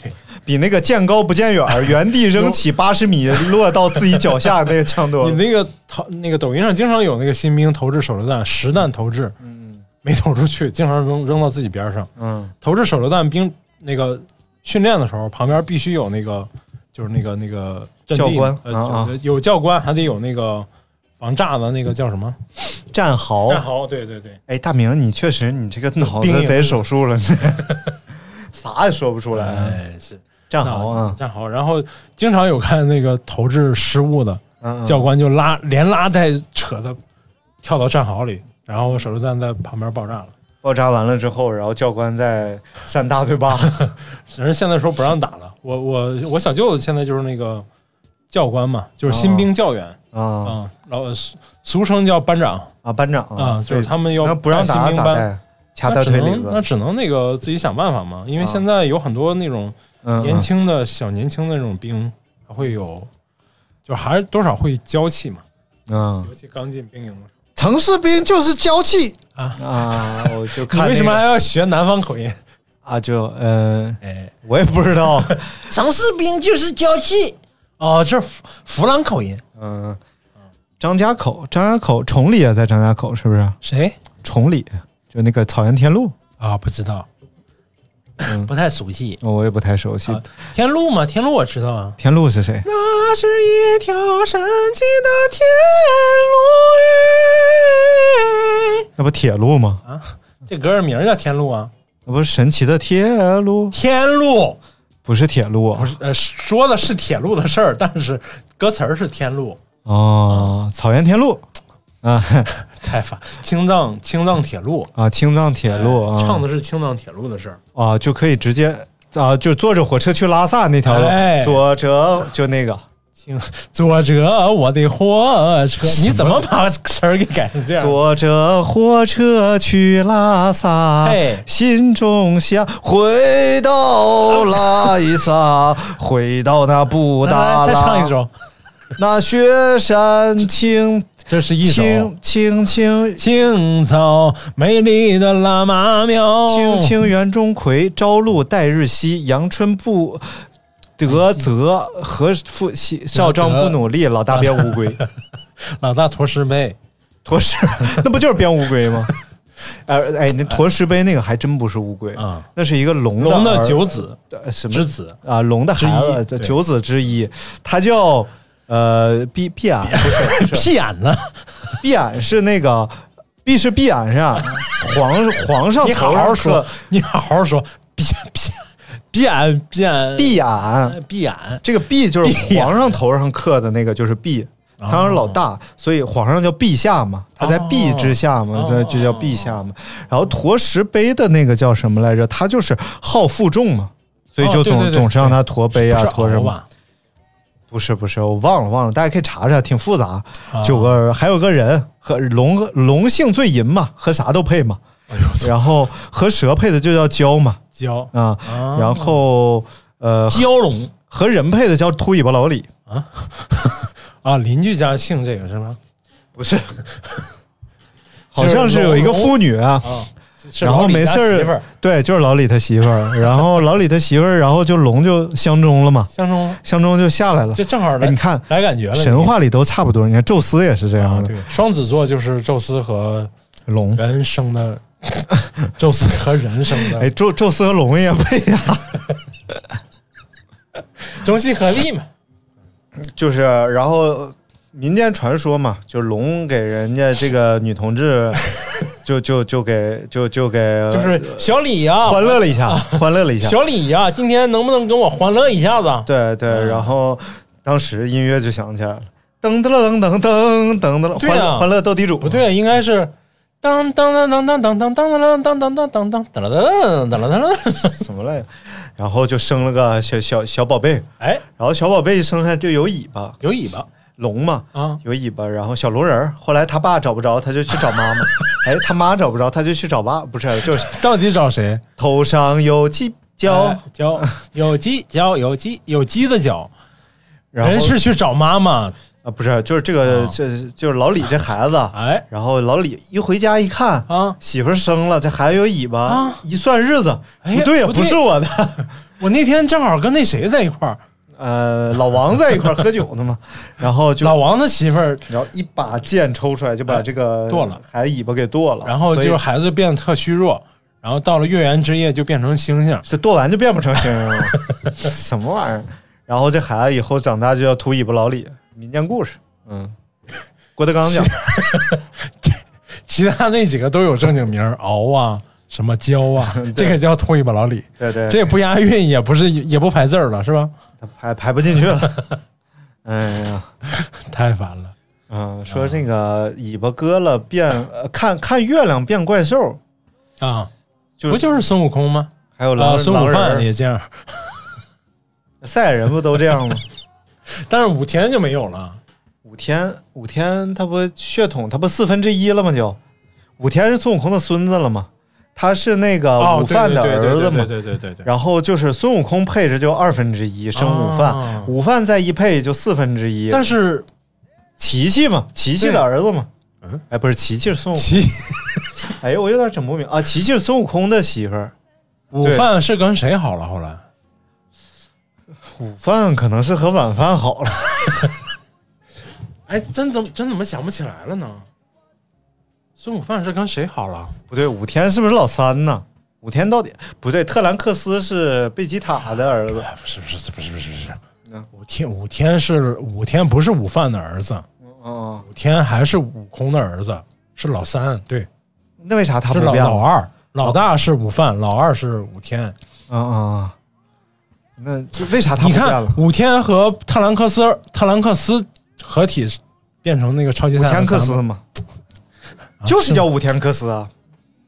Speaker 2: 对，
Speaker 3: 比那个见高不见远，原地扔起八十米落到自己脚下那个强多
Speaker 2: 你
Speaker 3: 了。
Speaker 2: 那个投那个抖音上经常有那个新兵投掷手榴弹，实弹投掷，
Speaker 3: 嗯
Speaker 2: 没投出去，经常扔扔到自己边上。
Speaker 3: 嗯
Speaker 2: 投掷手榴弹兵那个训练的时候，旁边必须有那个就是那个那个阵地
Speaker 3: 教官
Speaker 2: 呃
Speaker 3: 啊啊
Speaker 2: 有教官，还得有那个防炸的那个叫什么
Speaker 3: 战壕。
Speaker 2: 战壕，对对对，
Speaker 3: 哎，大明，你确实你这个脑子
Speaker 2: 兵也
Speaker 3: 得手术
Speaker 2: [LAUGHS]
Speaker 3: 了，啥也说不出来。啊
Speaker 2: 哎是
Speaker 3: 战壕啊，
Speaker 2: 战壕，然后经常有看那个投掷失误的，
Speaker 3: 嗯，嗯
Speaker 2: 教官就拉连拉带扯的跳到战壕里，然后手榴弹在旁边爆炸了。
Speaker 3: 爆炸完了之后，然后教官再扇大嘴
Speaker 2: [LAUGHS]
Speaker 3: 巴。
Speaker 2: 人现在说不让打了，我我我小舅子现在就是那个教官嘛，就是新
Speaker 3: 哦
Speaker 2: 兵教员啊、
Speaker 3: 啊
Speaker 2: 老俗俗称叫班长
Speaker 3: 啊，班长
Speaker 2: 啊、就是他们要
Speaker 3: 那不让
Speaker 2: 带
Speaker 3: 打
Speaker 2: 新兵
Speaker 3: 咋
Speaker 2: 班，
Speaker 3: 办？掐
Speaker 2: 那
Speaker 3: 大
Speaker 2: 只
Speaker 3: 腿里
Speaker 2: 能那
Speaker 3: 子。嗯
Speaker 2: 只能那个自己想办法嘛，因为
Speaker 3: 啊
Speaker 2: 现在有很多那种
Speaker 3: 嗯，
Speaker 2: 年轻的小年轻的那种兵，还会有，就还是多少会娇气嘛，
Speaker 3: 嗯，
Speaker 2: 尤其刚进兵营的时候。
Speaker 3: 城市兵就是娇气
Speaker 2: 啊
Speaker 3: 啊！我就看、那
Speaker 2: [LAUGHS]
Speaker 3: 个、
Speaker 2: 你为什么还要学南方
Speaker 3: [LAUGHS]
Speaker 2: 口音？
Speaker 3: 啊？就呃，
Speaker 2: 哎，
Speaker 3: 我也不知
Speaker 2: [LAUGHS]
Speaker 3: 道。
Speaker 4: 城市兵就是娇气哦，这是弗朗口音。
Speaker 3: 嗯，张家口，张家口，崇礼也啊在张家口，是不是？
Speaker 2: 谁
Speaker 3: 崇礼就那个草原天路，
Speaker 2: 啊？不知道，
Speaker 3: 嗯
Speaker 2: 不太熟悉。
Speaker 3: 我也不太熟悉。
Speaker 2: 啊天路嘛，天路我知道啊。
Speaker 3: 天路是谁？
Speaker 2: 那是一条神奇的天路
Speaker 3: 那不铁路吗？
Speaker 2: 哎，这歌名叫天路啊，
Speaker 3: 那不是神奇的铁路？
Speaker 2: 天路
Speaker 3: 不是铁路啊
Speaker 2: 不！是呃说的是铁路的事儿，但是歌词儿是天路，
Speaker 3: 哦，草原天路啊
Speaker 2: 太烦。青藏青藏铁路，
Speaker 3: 啊！青藏铁路
Speaker 2: 哎唱
Speaker 3: 啊
Speaker 2: 的是青藏铁路的事儿。
Speaker 3: 啊，就可以直接啊，就坐着火车去拉萨那条路
Speaker 2: 哎，
Speaker 3: 左折就那个。
Speaker 2: 青左折我的火车，你怎么把词儿给改成这
Speaker 3: [LAUGHS]
Speaker 2: 样？
Speaker 3: 坐着火车去拉萨
Speaker 2: 嘿，
Speaker 3: 心中想回到拉
Speaker 2: [LAUGHS]
Speaker 3: 萨，回到那布
Speaker 2: 来
Speaker 3: 达拉。
Speaker 2: 来再唱一，首，
Speaker 3: 那雪山青
Speaker 2: 这是一首。
Speaker 3: 青青青
Speaker 2: 青草，美丽的喇嘛庙，
Speaker 3: 青青园中葵，朝露待日晞，阳春布。德泽和父妻少壮不努力，老大变乌龟。
Speaker 2: 老大驮石碑，
Speaker 3: 驼
Speaker 2: [LAUGHS]
Speaker 3: 石，那不就是变乌龟 [LAUGHS] 吗？哎哎，那驼石碑那个还真不是乌龟
Speaker 2: 啊，
Speaker 3: 那是一个龙
Speaker 2: 龙
Speaker 3: 的
Speaker 2: 的
Speaker 3: 儿
Speaker 2: 九子
Speaker 3: 呃什么
Speaker 2: 之子，
Speaker 3: 啊，龙的孩
Speaker 2: 之
Speaker 3: 子
Speaker 2: 一对
Speaker 3: 九子之一，他叫呃毕毕俺，
Speaker 2: [LAUGHS]
Speaker 3: 不是是
Speaker 2: 屁眼呢？
Speaker 3: 毕俺是那个毕是毕俺是吧皇皇上
Speaker 2: 啊你好
Speaker 3: 头上
Speaker 2: 好
Speaker 3: 刻
Speaker 2: 说，你好好说，闭闭闭眼闭眼
Speaker 3: 毕俺，
Speaker 2: 闭眼，
Speaker 3: 这个毕就是
Speaker 2: 毕俺
Speaker 3: 皇上头上刻的那个就是毕。
Speaker 2: 哦
Speaker 3: 他是老大，所以皇上叫陛下嘛，他在陛之下嘛
Speaker 2: 哦，
Speaker 3: 这就叫陛下嘛。然后驼石碑的那个叫什么来着？他就是好负重嘛，所以
Speaker 2: 哦
Speaker 3: 就
Speaker 2: 对
Speaker 3: 总
Speaker 2: 对对
Speaker 3: 总是让他驼背啊，
Speaker 2: 是
Speaker 3: 驼什
Speaker 2: 熬
Speaker 3: 么？
Speaker 2: 吧？
Speaker 3: 不是不是，我忘了忘了，大家可以查查，挺复杂。
Speaker 2: 啊
Speaker 3: 九个人，还有个人和龙龙姓最淫嘛，和啥都配嘛。
Speaker 2: 哎
Speaker 3: 然后和蛇配的就叫蛟嘛
Speaker 2: 蛟，
Speaker 3: 啊，
Speaker 2: 啊
Speaker 3: 然后呃
Speaker 2: 蛟龙
Speaker 3: 和人配的叫秃尾巴老李，
Speaker 2: 啊，邻居家姓这个是吗？
Speaker 3: 不 [LAUGHS] 是，好像是有一个妇女啊，
Speaker 2: 啊，
Speaker 3: [LAUGHS]
Speaker 2: 是
Speaker 3: 然后
Speaker 2: 老李
Speaker 3: 没
Speaker 2: 家
Speaker 3: 事
Speaker 2: 媳妇
Speaker 3: 儿
Speaker 2: 儿，
Speaker 3: 对，就是老李他媳妇儿， [LAUGHS] 然后老李他媳妇儿，然后就龙就相中 [LAUGHS] 了嘛，
Speaker 2: 相中，
Speaker 3: 相中就下来了
Speaker 2: 这。正好来
Speaker 3: 哎你看
Speaker 2: 来感觉了，
Speaker 3: 神话里都差不多，你看宙斯也是这
Speaker 2: 你啊，
Speaker 3: 样的
Speaker 2: 对，双子座就是宙斯和
Speaker 3: 龙。
Speaker 2: 人
Speaker 3: [LAUGHS]
Speaker 2: 生的，宙斯和人生的，
Speaker 3: 哎，宙宙斯和龙也配啊，
Speaker 2: 中西合力嘛。
Speaker 3: [LAUGHS] 就是然后民间传说嘛，就龙给人家这个女同 [LAUGHS] 志，就就就给就就给啊
Speaker 2: 就是小李呀、
Speaker 3: 呃欢乐了一下，欢乐了一下。
Speaker 2: 小李呀、今天能不能跟我欢乐一下子？
Speaker 3: 对对，
Speaker 2: 嗯
Speaker 3: 然后当时音乐就响起来了，噔噔噔噔噔噔噔，
Speaker 2: 对
Speaker 3: 欢
Speaker 2: 啊
Speaker 3: 乐欢乐斗地主，
Speaker 2: 不对，应该是当当当当当当当当当当当当当当当当当当当。
Speaker 3: 怎么了？然后就生了个小小小宝贝，
Speaker 2: 哎，
Speaker 3: 然后小宝贝生下来就有尾巴，
Speaker 2: 有尾巴
Speaker 3: 龙嘛，
Speaker 2: 啊！
Speaker 3: 有尾巴，然后小龙人儿。后来他爸找不着，他就去找
Speaker 2: [LAUGHS]
Speaker 3: 妈妈，哎，他妈找不着，他就去找爸，不是，就是
Speaker 2: 到底找谁？
Speaker 3: 头上有鸡教
Speaker 2: 哎教有鸡教有鸡有鸡的教，
Speaker 3: 然后
Speaker 2: 人是去找妈妈，
Speaker 3: 啊，不是，就是这个，
Speaker 2: 啊
Speaker 3: 这就是老李这孩子，啊
Speaker 2: 哎
Speaker 3: 然后老李一回家一看，
Speaker 2: 啊，
Speaker 3: 媳妇儿生了，这孩子有尾巴，
Speaker 2: 啊
Speaker 3: 一算日子，
Speaker 2: 哎
Speaker 3: 不对呀，
Speaker 2: 不
Speaker 3: 不
Speaker 2: 对
Speaker 3: 是我的。 [LAUGHS]
Speaker 2: 我那天正好跟那谁在一块儿，
Speaker 3: 呃，老王在一块儿喝酒呢
Speaker 2: [LAUGHS]
Speaker 3: 嘛，然后就
Speaker 2: 老王他媳妇儿，
Speaker 3: 然后一把剑抽出来，就把
Speaker 2: 哎
Speaker 3: 这个
Speaker 2: 剁了
Speaker 3: 孩子尾巴给剁了，
Speaker 2: 然后
Speaker 3: 所
Speaker 2: 就
Speaker 3: 以
Speaker 2: 是孩子变得特虚弱，然后到了月圆之夜就变成星星，
Speaker 3: 这剁完就变不成猩猩
Speaker 2: [LAUGHS]
Speaker 3: 了，什么玩意儿？然后这孩子以后长大就要秃尾巴老李，民间故事，嗯，郭德纲讲，
Speaker 2: 其他那几个都有正经名儿，敖啊。什么焦啊，这个叫秃尾巴老李，
Speaker 3: 对对，
Speaker 2: [LAUGHS] 这也不押韵，也不是也不排字儿了，是吧？
Speaker 3: 他排排不进去
Speaker 2: [LAUGHS]
Speaker 3: 了，哎呀。
Speaker 2: 太烦了。啊
Speaker 3: 嗯，说那个尾巴割了变，呃看看月亮变怪兽，
Speaker 2: 啊，
Speaker 3: 就
Speaker 2: 不就是孙悟空吗？
Speaker 3: 还有狼、
Speaker 2: 啊，孙悟
Speaker 3: 狼
Speaker 2: 饭
Speaker 3: 人
Speaker 2: 也这样，
Speaker 3: 赛亚人不都这样吗？
Speaker 2: 但是五天就没有
Speaker 3: 啊
Speaker 2: 了。
Speaker 3: 五天，五天，他不血统，他不四分之一了吗？就五天是孙悟空的孙子了吗？他是那个
Speaker 2: 哦，
Speaker 3: 午
Speaker 2: 对
Speaker 3: 饭的儿子
Speaker 2: 对对对
Speaker 3: 嘛。
Speaker 2: 对对对对对。
Speaker 3: 然后就是孙悟空配置就二分之一生午
Speaker 2: 哦
Speaker 3: 饭，午饭再一配就四分之一。
Speaker 2: 但是
Speaker 3: 琪琪嘛，琪琪的
Speaker 2: 对
Speaker 3: 儿子嘛
Speaker 2: 嗯。
Speaker 3: 哎，不是琪琪是孙悟空，
Speaker 2: 其
Speaker 3: 哎呦，我有点整不明啊。琪琪是孙悟空的媳妇儿，
Speaker 2: 午饭是跟谁好了？后来
Speaker 3: 午饭可能是和晚饭好了。
Speaker 2: 哎，真怎么真怎么想不起来了呢？孙午饭是跟谁好了？
Speaker 3: 不对，五天是不是老三呢？五天到底不对，特兰克斯是贝吉塔的儿子，
Speaker 2: 哎，不是不是不是不是不是
Speaker 3: 嗯，
Speaker 2: 五天五天是五天，不是午饭的儿子，
Speaker 3: 哦，
Speaker 2: 五天还是悟空的儿子，是老三，对，
Speaker 3: 那为啥他
Speaker 2: 是
Speaker 3: 不
Speaker 2: 老
Speaker 3: 变
Speaker 2: 老
Speaker 3: 了？
Speaker 2: 二，老大是午饭，老二是五天。
Speaker 3: 嗯嗯，那就为啥他
Speaker 2: 你
Speaker 3: 不变
Speaker 2: 看
Speaker 3: 了？，
Speaker 2: 五天和特兰克斯特兰克斯合体变成那个超级
Speaker 3: 五
Speaker 2: 赛亚
Speaker 3: 天
Speaker 2: 人
Speaker 3: 克
Speaker 2: 三
Speaker 3: 斯
Speaker 2: 吗，
Speaker 3: 嘛，
Speaker 2: 啊
Speaker 3: 就是
Speaker 2: 吗
Speaker 3: 叫五天克斯啊。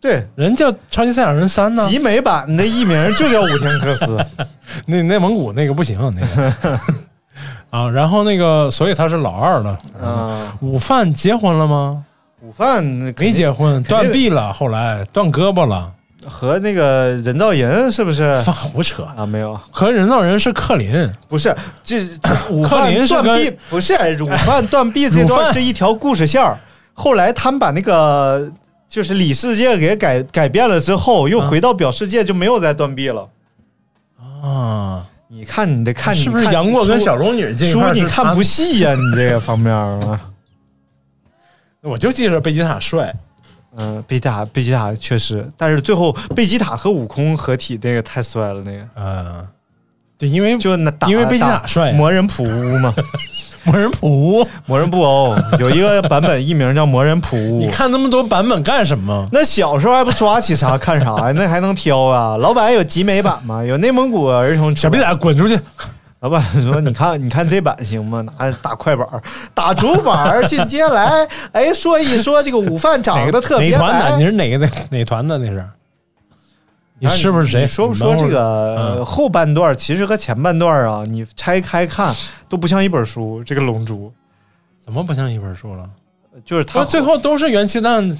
Speaker 3: 对，
Speaker 2: 人叫超级赛亚人三呢。
Speaker 3: 集美版的译名就叫五天克斯。
Speaker 2: [LAUGHS] 那内蒙古那个不行，那个
Speaker 3: [LAUGHS]
Speaker 2: 啊，然后那个，所以他是老二了。
Speaker 3: 嗯，
Speaker 2: 午饭结婚了吗？
Speaker 3: 午饭没
Speaker 2: 没结婚，
Speaker 3: 肯定
Speaker 2: 断臂了，后来断胳膊了，
Speaker 3: 和那个人造人是不是？
Speaker 2: 发胡扯。
Speaker 3: 啊，没有，
Speaker 2: 和人造人是克林，
Speaker 3: 不是，
Speaker 2: [COUGHS]
Speaker 3: 这这午
Speaker 2: 克
Speaker 3: 饭
Speaker 2: 林是
Speaker 3: 断
Speaker 2: 跟
Speaker 3: 臂不是午饭断臂这
Speaker 2: [LAUGHS] 午
Speaker 3: 段
Speaker 2: 饭
Speaker 3: 是一条故事线儿。后来他们把那个就是里世界给改改变了之后，又
Speaker 2: 啊
Speaker 3: 回到表世界，就没有再断臂了。
Speaker 2: 啊，
Speaker 3: 你看，你得看，
Speaker 2: 是不
Speaker 3: 你
Speaker 2: 是
Speaker 3: 看
Speaker 2: 杨过跟
Speaker 3: 书
Speaker 2: 小龙女这一
Speaker 3: 书
Speaker 2: 块？
Speaker 3: 你看不，细呀、你这个方面儿啊，
Speaker 2: 我就记着贝吉塔帅，
Speaker 3: 嗯，贝吉塔，贝吉塔确实，但是最后贝吉塔和悟空合体那个太帅了，那个
Speaker 2: 嗯，对，因为
Speaker 3: 就那打
Speaker 2: 因为贝吉
Speaker 3: 打
Speaker 2: 塔帅，
Speaker 3: 魔人普乌
Speaker 2: [LAUGHS]
Speaker 3: 嘛，
Speaker 2: 魔人普乌，
Speaker 3: 魔人布欧有一个版本译名叫魔人普乌，
Speaker 2: 你看那么多版本干什么？
Speaker 3: 那小时候还不抓起啥看啥呀？那还能挑啊？老板有集美版吗？有内蒙古儿童出
Speaker 2: 小
Speaker 3: 版
Speaker 2: 逼崽滚出去！
Speaker 3: 老板说：“你看，你看这版行吗？拿大快板儿打竹板儿进街来，哎，说一说这个午饭长得特
Speaker 2: 哪
Speaker 3: 别
Speaker 2: 团的？你
Speaker 3: 白。
Speaker 2: 是哪个的？哪团的？那是？你
Speaker 3: 啊
Speaker 2: 是不是谁？
Speaker 3: 你说不说
Speaker 2: 你
Speaker 3: 这
Speaker 2: 等会儿
Speaker 3: 个呃
Speaker 2: 嗯
Speaker 3: 后半段其实和前半段啊，你拆开看都不像一本书。这个《龙珠
Speaker 2: 怎么不像一本书了？》
Speaker 3: 就是它
Speaker 2: 它最后都是元气弹、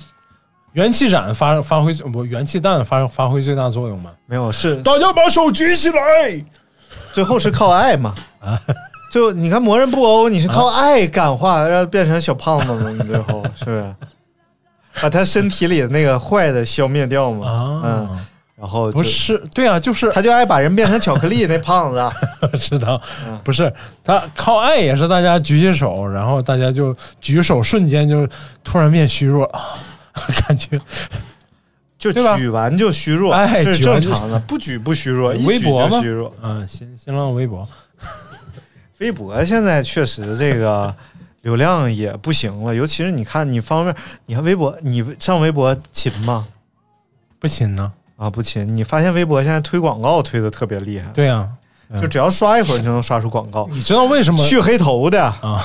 Speaker 2: 元气斩发发挥不元气弹发发挥最大作用嘛？
Speaker 3: 没有是
Speaker 2: 大家把手举起来！
Speaker 3: 最后是靠爱
Speaker 2: [LAUGHS]
Speaker 3: 嘛？
Speaker 2: 啊
Speaker 3: 最后你看《魔人布欧》，你是靠爱感
Speaker 2: 啊
Speaker 3: 化，让变成小胖子嘛？你最后是不是把他身体里的那个坏的消灭掉嘛？嗯，
Speaker 2: 啊，
Speaker 3: 然后就
Speaker 2: 不是，对啊，就是
Speaker 3: 他就爱把人变成巧克力那胖
Speaker 2: [LAUGHS]
Speaker 3: 子，啊
Speaker 2: 知道，不是他靠爱也是大家举起手，然后大家就举手，瞬间就突然变虚弱啊，感觉
Speaker 3: 就
Speaker 2: 对吧
Speaker 3: 举完就虚弱，
Speaker 2: 哎
Speaker 3: 这是
Speaker 2: 举
Speaker 3: 正
Speaker 2: 完就
Speaker 3: 常的，不举不虚弱，一
Speaker 2: 微
Speaker 3: 举
Speaker 2: 博
Speaker 3: 就
Speaker 2: 吗
Speaker 3: 虚弱。
Speaker 2: 嗯，新新浪微博
Speaker 3: 微博现在确实这个流量也不行了，尤其是你看你方面，你看微博，你上微博勤吗？
Speaker 2: 不亲呢？
Speaker 3: 啊，不勤。你发现微博现在推广告推的特别厉害，
Speaker 2: 对嗯啊，嗯
Speaker 3: 就只要刷一会儿你就能刷出广告，
Speaker 2: 你知
Speaker 3: [LAUGHS]
Speaker 2: 道为什么？
Speaker 3: 去黑头的
Speaker 2: 啊，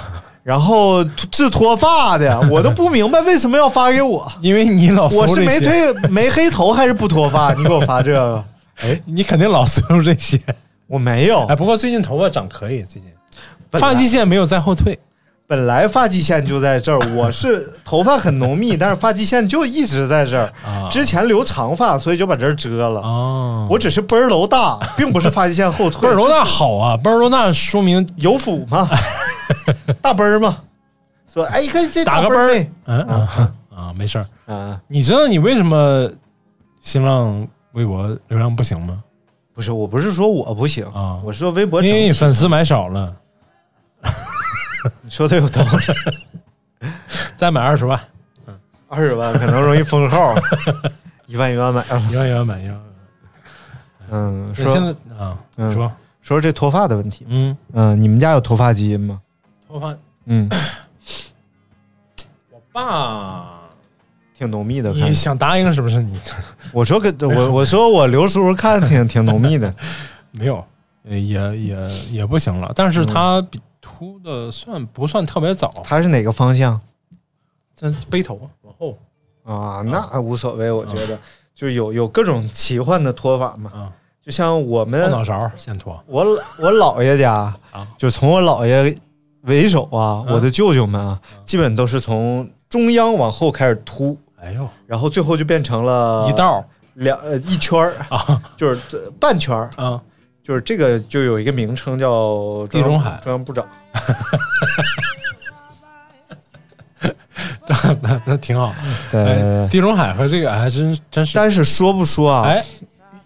Speaker 3: 然后治脱发
Speaker 2: [LAUGHS]
Speaker 3: 的，我都不明白为什么要发给我。
Speaker 2: 因为你老啊搜
Speaker 3: 我是
Speaker 2: 这
Speaker 3: 没推
Speaker 2: 些
Speaker 3: 没黑头还是不脱发？你给我发这个，
Speaker 2: 哎你肯定老搜这些。
Speaker 3: 我没有
Speaker 2: 哎哎，。不过最近头发长可以，最近
Speaker 3: 哦本来
Speaker 2: 发际线没有再后退。
Speaker 3: 本来发际线就在这儿，我是头发很浓密，但是发际线就一直在这儿。
Speaker 2: 啊
Speaker 3: 之前留长发，所以就把这儿遮了。
Speaker 2: 啊，
Speaker 3: 哦我只是奔儿楼大，并不是发际线后退。
Speaker 2: 贝尔罗纳
Speaker 3: 就是
Speaker 2: 好啊，贝尔罗纳说明
Speaker 3: 有腹
Speaker 2: [LAUGHS]
Speaker 3: 嘛，大奔儿嘛，说哎，你看这
Speaker 2: 打个
Speaker 3: 奔
Speaker 2: 奔
Speaker 3: 儿
Speaker 2: 儿
Speaker 3: 妹，
Speaker 2: 嗯啊啊，没事儿。
Speaker 3: 啊，
Speaker 2: 你知道你为什么新浪微博流量不行吗？
Speaker 3: 不是，我不是说我不行
Speaker 2: 啊
Speaker 3: 我是说微博
Speaker 2: 因
Speaker 3: 整
Speaker 2: 为
Speaker 3: 体
Speaker 2: 你粉丝买少了，
Speaker 3: 你说的有
Speaker 2: [LAUGHS]
Speaker 3: 道理，
Speaker 2: 再买二十万，
Speaker 3: 二十万可能容易封号，一万一万买
Speaker 2: [LAUGHS]
Speaker 3: 啊，
Speaker 2: 一万一万买一万。
Speaker 3: 嗯，
Speaker 2: 对
Speaker 3: 说
Speaker 2: 现在啊，
Speaker 3: 嗯
Speaker 2: 你说
Speaker 3: 说这脱发的问题，
Speaker 2: 嗯，
Speaker 3: 嗯，你们家有脱发基因吗？
Speaker 2: 我发
Speaker 3: 嗯，
Speaker 2: 我爸，
Speaker 3: 挺浓密的，看
Speaker 2: 你想答应是不是
Speaker 3: [LAUGHS]
Speaker 2: 你？
Speaker 3: 我说
Speaker 2: [LAUGHS]
Speaker 3: 跟我我说我刘叔看挺挺浓密的，
Speaker 2: 没有，呃也也也不行了。但
Speaker 3: 嗯
Speaker 2: 是他比秃的算不算特别早？
Speaker 3: 他是哪个方向
Speaker 2: 这背头往后
Speaker 3: 啊？那无所谓，我觉得就有有各种奇幻的脱法嘛，
Speaker 2: 啊，
Speaker 3: 就像我
Speaker 2: 后
Speaker 3: 们
Speaker 2: 脑勺先脱
Speaker 3: 我老我姥爷家
Speaker 2: 啊，
Speaker 3: 就从我姥爷为首啊，
Speaker 2: 嗯
Speaker 3: 我的舅舅们啊，基本都是从中央往后开始秃，
Speaker 2: 哎呦，
Speaker 3: 然后最后就变成了
Speaker 2: 一道儿
Speaker 3: 两呃一圈儿，
Speaker 2: 啊
Speaker 3: 就是这半圈儿，
Speaker 2: 啊，
Speaker 3: 就是这个就有一个名称叫中
Speaker 2: 地中
Speaker 3: 央
Speaker 2: 海哎
Speaker 3: 中央部长。
Speaker 2: [LAUGHS] 那那挺好。哎，
Speaker 3: 对，
Speaker 2: 地中海和这个还真真是，
Speaker 3: 呃但是说不说啊？
Speaker 2: 哎，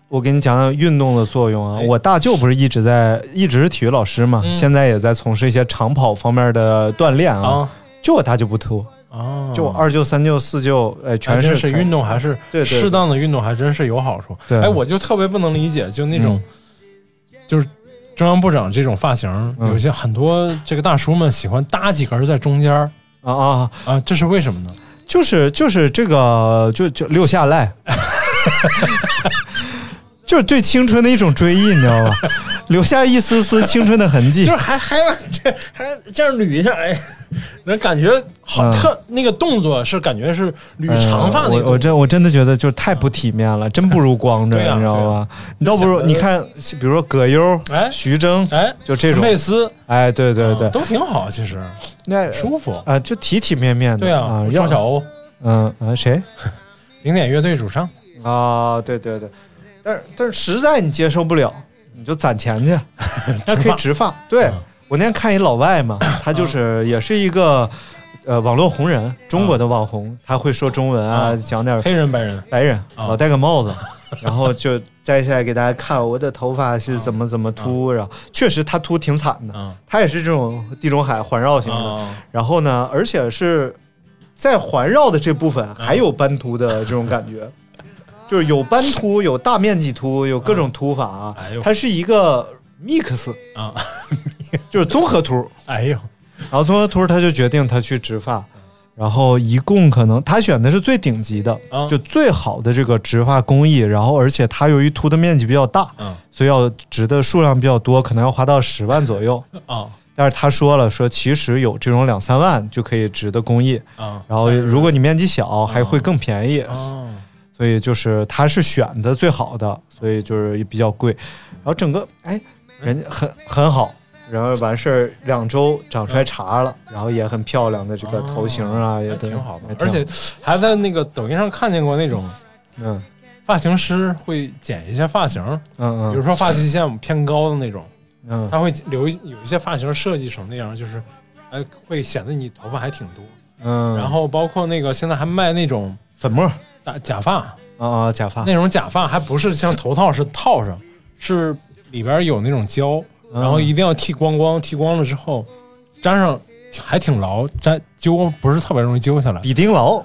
Speaker 3: 我给你讲讲运动的作用啊！
Speaker 2: 哎
Speaker 3: 我大舅不是一直在，一直是体育老师嘛，
Speaker 2: 嗯
Speaker 3: 现在也在从事一些长跑方面的锻炼啊。
Speaker 2: 啊
Speaker 3: 就我大舅不秃，
Speaker 2: 啊，
Speaker 3: 就我二舅、三舅、四舅，哎，全
Speaker 2: 还真
Speaker 3: 是
Speaker 2: 啊是
Speaker 3: 开
Speaker 2: 运动还是
Speaker 3: 对对对
Speaker 2: 适当的运动还真是有好处。
Speaker 3: 对
Speaker 2: 哎，我就特别不能理解，就那种、就是中央部长这种发型，
Speaker 3: 嗯
Speaker 2: 有些很多这个大叔们喜欢搭几根在中间儿
Speaker 3: 啊啊，
Speaker 2: 啊，这是为什么
Speaker 3: [LAUGHS]
Speaker 2: 呢？
Speaker 3: 就是就是这个，就就六下
Speaker 2: [LAUGHS]
Speaker 3: 赖，就是对青春的一种追忆，你知道吧？留下一丝丝青春的痕迹
Speaker 2: 就是。还还要 [LAUGHS] 这还这样捋一下，哎，人感觉好、
Speaker 3: 嗯
Speaker 2: 特那个动作是感觉是捋
Speaker 3: 嗯
Speaker 2: 长发那个
Speaker 3: 我我
Speaker 2: 动作、
Speaker 3: 真我真的觉得就是太不体面了，真不如光着，
Speaker 2: 对呀啊
Speaker 3: 你知道吧？你倒不如
Speaker 2: 就
Speaker 3: 你
Speaker 2: 显
Speaker 3: 看，比如说葛优、
Speaker 2: 哎
Speaker 3: 徐峥，
Speaker 2: 哎，
Speaker 3: 就这种
Speaker 2: 贝斯，
Speaker 3: 哎，对对
Speaker 2: 啊
Speaker 3: 对，
Speaker 2: 都挺好，其实
Speaker 3: 那
Speaker 2: 舒服。
Speaker 3: 啊，就体体面面的，
Speaker 2: 对啊
Speaker 3: 啊，，要
Speaker 2: 庄小欧，
Speaker 3: 嗯啊谁
Speaker 2: 零点乐队主唱，
Speaker 3: 啊？对对对，但是但是实在你接受不了，你就攒钱去，那可以植发。对
Speaker 2: 嗯
Speaker 3: 我那天看一老外嘛，他就是也是一个呃网络红人，中国的网红，他会说中文啊，
Speaker 2: 嗯
Speaker 3: 讲点儿
Speaker 2: 黑人
Speaker 3: [LAUGHS]
Speaker 2: 白人，
Speaker 3: 白人，
Speaker 2: 啊
Speaker 3: 老戴个帽
Speaker 2: [LAUGHS]
Speaker 3: 子，然后就摘下来给大家看我的头发是怎么怎么秃，然后确实他秃挺惨的，
Speaker 2: 嗯，
Speaker 3: 他也是这种地中海环绕型的。
Speaker 2: 啊
Speaker 3: 然后呢，而且是在环绕的这部分还有斑秃的这种感
Speaker 2: 嗯
Speaker 3: 觉，就是有斑秃，有大面积秃，有各种秃法啊
Speaker 2: 哎呦，
Speaker 3: 它是一个 mix，
Speaker 2: 啊，
Speaker 3: 就是综合秃。
Speaker 2: 哎呦，
Speaker 3: 然后综合秃他就决定他去植发，然后一共可能他选的是最顶级的，
Speaker 2: 啊
Speaker 3: 就最好的这个植发工艺。然后而且他由于秃的面积比较大，
Speaker 2: 嗯
Speaker 3: 所以要植的数量比较多，可能要花到十万左右。
Speaker 2: 啊
Speaker 3: 但是他说了，说其实有这种两三万就可以植的工艺，
Speaker 2: 啊，
Speaker 3: 然后如果你面积小，还
Speaker 2: 嗯
Speaker 3: 会更便宜。
Speaker 2: 啊，
Speaker 3: 所以就是他是选的最好的，所以就是也比较贵。然后整个哎，人家很很好，然后完事儿两周长
Speaker 2: 嗯
Speaker 3: 出来茬了，然后也很漂亮的这个头型啊，也
Speaker 2: 还
Speaker 3: 都
Speaker 2: 哦挺好的
Speaker 3: 还，挺
Speaker 2: 而且还在那个抖音上看见过那种
Speaker 3: 嗯
Speaker 2: 发型师会剪一些发型，比
Speaker 3: 嗯
Speaker 2: 如说发际线偏高的那种，
Speaker 3: 嗯嗯
Speaker 2: 他会留一有一些发型设计成那样，就是哎会显得你头发还挺多。
Speaker 3: 嗯，
Speaker 2: 然后包括那个现在还卖那种
Speaker 3: 粉末
Speaker 2: 打假发，
Speaker 3: 啊啊假发
Speaker 2: 那种假发还不是像头套是套上，是里边有那种胶，
Speaker 3: 嗯
Speaker 2: 然后一定要剃光光，剃光了之后粘上还挺牢，粘揪不是特别容易揪下来。
Speaker 3: 比丁牢，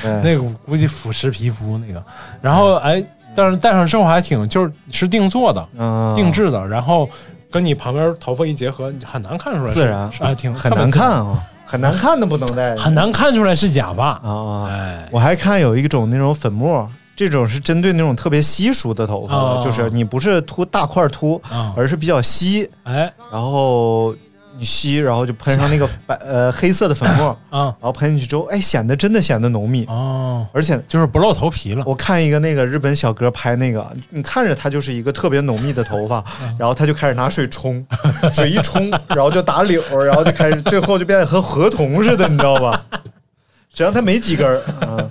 Speaker 3: 对
Speaker 2: 那个估计腐蚀皮肤那个，然后哎，但是戴上之后还挺就是是定做的、
Speaker 3: 嗯
Speaker 2: 定制的，然后跟你旁边头发一结合，你很难看出来是
Speaker 3: 自然
Speaker 2: 是哎，挺
Speaker 3: 嗯很
Speaker 2: 特别
Speaker 3: 难
Speaker 2: 自然
Speaker 3: 看啊，很难看的不能戴
Speaker 2: 很难看出来是假发。
Speaker 3: 啊啊。
Speaker 2: 哎，
Speaker 3: 我还看有一种那种粉末，这种是针对那种特别稀疏的头发，
Speaker 2: 哦
Speaker 3: 就是你不是秃大块秃，
Speaker 2: 啊、
Speaker 3: 而是比较稀，
Speaker 2: 哎，
Speaker 3: 然后你你吸，然后就喷上那
Speaker 2: [LAUGHS]
Speaker 3: 个白呃黑色的粉末，
Speaker 2: 啊
Speaker 3: 然后喷进去之后，哎，显得真的显得浓密，
Speaker 2: 哦，
Speaker 3: 而且
Speaker 2: 就是不露头皮了。
Speaker 3: 我看一个那个日本小哥拍那个，你看着他就是一个特别浓密的头发，
Speaker 2: 嗯
Speaker 3: 然后他就开始拿水冲， [LAUGHS] 水一冲，然后就打绺儿，然后就开始，最后就变得和河童似的，你知道吧？实际上他没几根儿，嗯，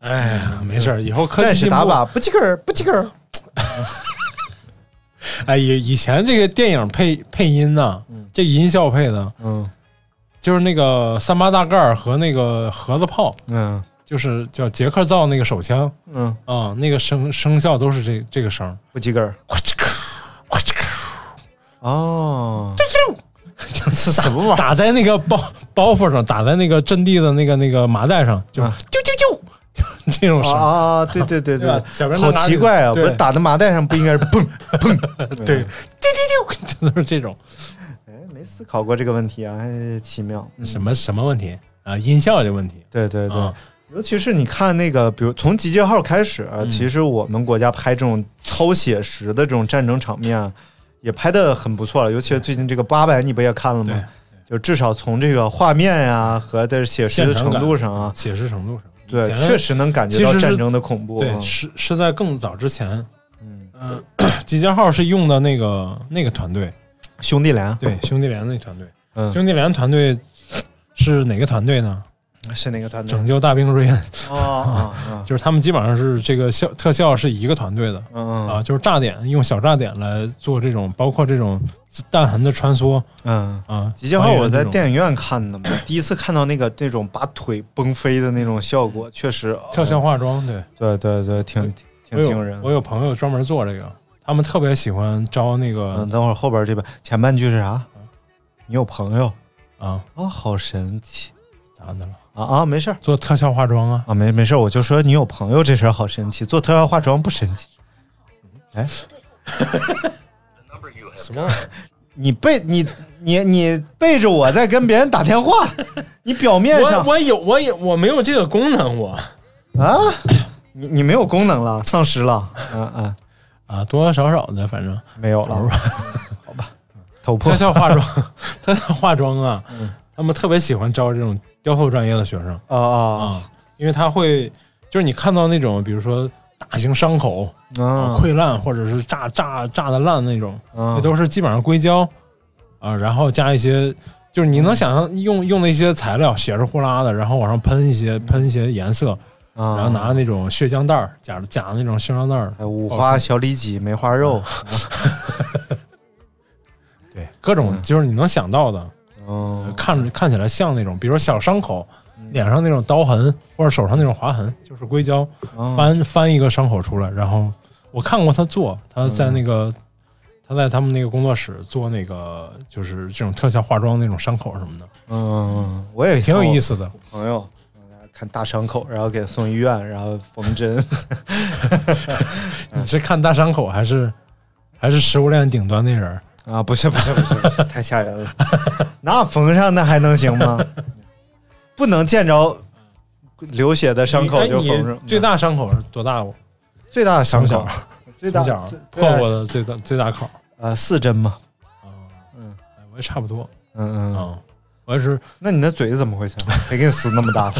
Speaker 2: 哎呀，没事儿，以后科技
Speaker 3: 战士
Speaker 2: 进
Speaker 3: 打
Speaker 2: 步。
Speaker 3: 靶不几根儿，不几根儿。
Speaker 2: 哎，以以前这个电影配配音呐，这音效配的，
Speaker 3: 嗯
Speaker 2: 就是那个三八大盖儿和那个盒子炮，
Speaker 3: 嗯
Speaker 2: 就是叫捷克造那个手枪
Speaker 3: 嗯，
Speaker 2: 啊、那个声声效都是这这个声儿，
Speaker 3: 不几根儿。哦，这是什么玩意儿？
Speaker 2: 打在那个包包袱上，打在那个阵地的那个那个麻袋上，就是
Speaker 3: 啊
Speaker 2: 啾啾啾，就这种声儿。
Speaker 3: 啊啊！对对对
Speaker 2: 对吧小兵
Speaker 3: 好
Speaker 2: 拿着
Speaker 3: 奇怪啊！不
Speaker 2: 对
Speaker 3: 是打在麻袋上，不应该是砰砰？
Speaker 2: 对，啾啾啾，这都是这种
Speaker 3: 哎，没思考过这个问题啊，哎、奇妙。
Speaker 2: 什么什么问题啊？音效这问题
Speaker 3: 对对对，
Speaker 2: 啊，
Speaker 3: 尤其是你看那个，比如从《集结号》开始、呃
Speaker 2: 嗯
Speaker 3: 其实我们国家拍这种超写实的这种战争场面，也拍的很不错了。尤其是最近这个《八百》，你不也看了
Speaker 2: 对
Speaker 3: 吗？就至少从这个画面呀、和的写实的
Speaker 2: 现场
Speaker 3: 程
Speaker 2: 感
Speaker 3: 度上啊，
Speaker 2: 写实程度上，
Speaker 3: 对，
Speaker 2: 以前
Speaker 3: 确实能感觉
Speaker 2: 其
Speaker 3: 到
Speaker 2: 实是
Speaker 3: 战争的恐怖。
Speaker 2: 对，是是在更早之前，
Speaker 3: 嗯，
Speaker 2: 嗯、集结号是用的那个那个团队，
Speaker 3: 兄弟连，
Speaker 2: 对，兄弟连那团队，
Speaker 3: 嗯，
Speaker 2: 兄弟连团队是哪个团队呢？
Speaker 3: 是哪个团队
Speaker 2: 拯？救大兵瑞恩， [LAUGHS]
Speaker 3: 哦哦哦，
Speaker 2: 就是他们基本上是这个效特效是一个团队的
Speaker 3: 嗯
Speaker 2: 啊，就是炸点用小炸点来做这种，包括这种弹痕的穿梭
Speaker 3: 嗯嗯。
Speaker 2: 啊。
Speaker 3: 集结号我在
Speaker 2: 影
Speaker 3: 电影院看
Speaker 2: [CLEARS THROAT]
Speaker 3: 的嘛，第一次看到那个那种把腿崩飞的那种效果，确实哦
Speaker 2: 特效，化妆，对，
Speaker 3: 对对对，挺挺
Speaker 2: 我
Speaker 3: 挺惊
Speaker 2: 有
Speaker 3: 人
Speaker 2: 我。有朋友专门做这个，他们特别喜欢招那个
Speaker 3: 嗯，等会儿后边这边前半句是啥？你有朋友
Speaker 2: 啊
Speaker 3: 啊？好神奇
Speaker 2: 咋的了，
Speaker 3: 啊啊！没事儿
Speaker 2: 做特效化妆啊。
Speaker 3: 啊，没没事儿，我就说你有朋友这事儿好神奇，做特效化妆不神奇。哎，
Speaker 2: 什么玩意儿？
Speaker 3: 你背你你你背着我在跟别人打电话， [LAUGHS] 你表面上
Speaker 2: 我我有我有我没有这个功能我
Speaker 3: 啊，你你没有功能了，丧失了，嗯嗯，
Speaker 2: 啊，多多少少的，反正
Speaker 3: 没有了， [LAUGHS] 好吧，头破
Speaker 2: 特。效化妆， [LAUGHS] 特效化妆啊，
Speaker 3: 嗯
Speaker 2: 他们特别喜欢招这种雕塑专业的学生
Speaker 3: 啊啊
Speaker 2: 啊，因为他会就是你看到那种比如说大型伤口
Speaker 3: 啊！
Speaker 2: 溃烂或者是炸炸炸的烂那种，
Speaker 3: 那
Speaker 2: 那都是基本上硅胶啊，然后加一些。就是你能想象用用那些材料血是呼啦的，然后往上喷一些喷一些颜色，
Speaker 3: 然
Speaker 2: 然后拿那种血浆袋儿假假的那种血浆袋儿
Speaker 3: 哎五花小里脊、梅花肉，
Speaker 2: 对，各种
Speaker 3: 嗯
Speaker 2: 就是你能想到的，
Speaker 3: 嗯
Speaker 2: 呃看着看起来像那种，比如说小伤口，脸上那种刀痕或者手上那种划痕，就是硅胶
Speaker 3: 哦
Speaker 2: 翻翻一个伤口出来，然后我看过他做，他在那
Speaker 3: 嗯
Speaker 2: 个他在他们那个工作室做那个就是这种特效化妆那种伤口什么的，
Speaker 3: 嗯，我也
Speaker 2: 挺有意
Speaker 3: 思。
Speaker 2: 思的。
Speaker 3: 朋友嗯看大伤口，然后给送医院，然后缝
Speaker 2: [LAUGHS]
Speaker 3: 针。
Speaker 2: 你是看大伤口还是还是食物链顶端那人儿？
Speaker 3: 啊，不是不是不是，不是太吓人了， [LAUGHS] 那缝上那还能行吗？不能见着流血的伤口
Speaker 2: 你哎
Speaker 3: 就
Speaker 2: 你
Speaker 3: 缝上。嗯
Speaker 2: 最大伤口是多大？
Speaker 3: 最大的伤
Speaker 2: 从
Speaker 3: 口
Speaker 2: 小，
Speaker 3: 最大
Speaker 2: 从小
Speaker 3: 最
Speaker 2: 破过的最大最大口。
Speaker 3: 呃四针嘛，
Speaker 2: 嗯，哎我也差不多
Speaker 3: 嗯嗯，
Speaker 2: 啊，我也是
Speaker 3: 那你那嘴怎么回事？谁给你撕那么大了？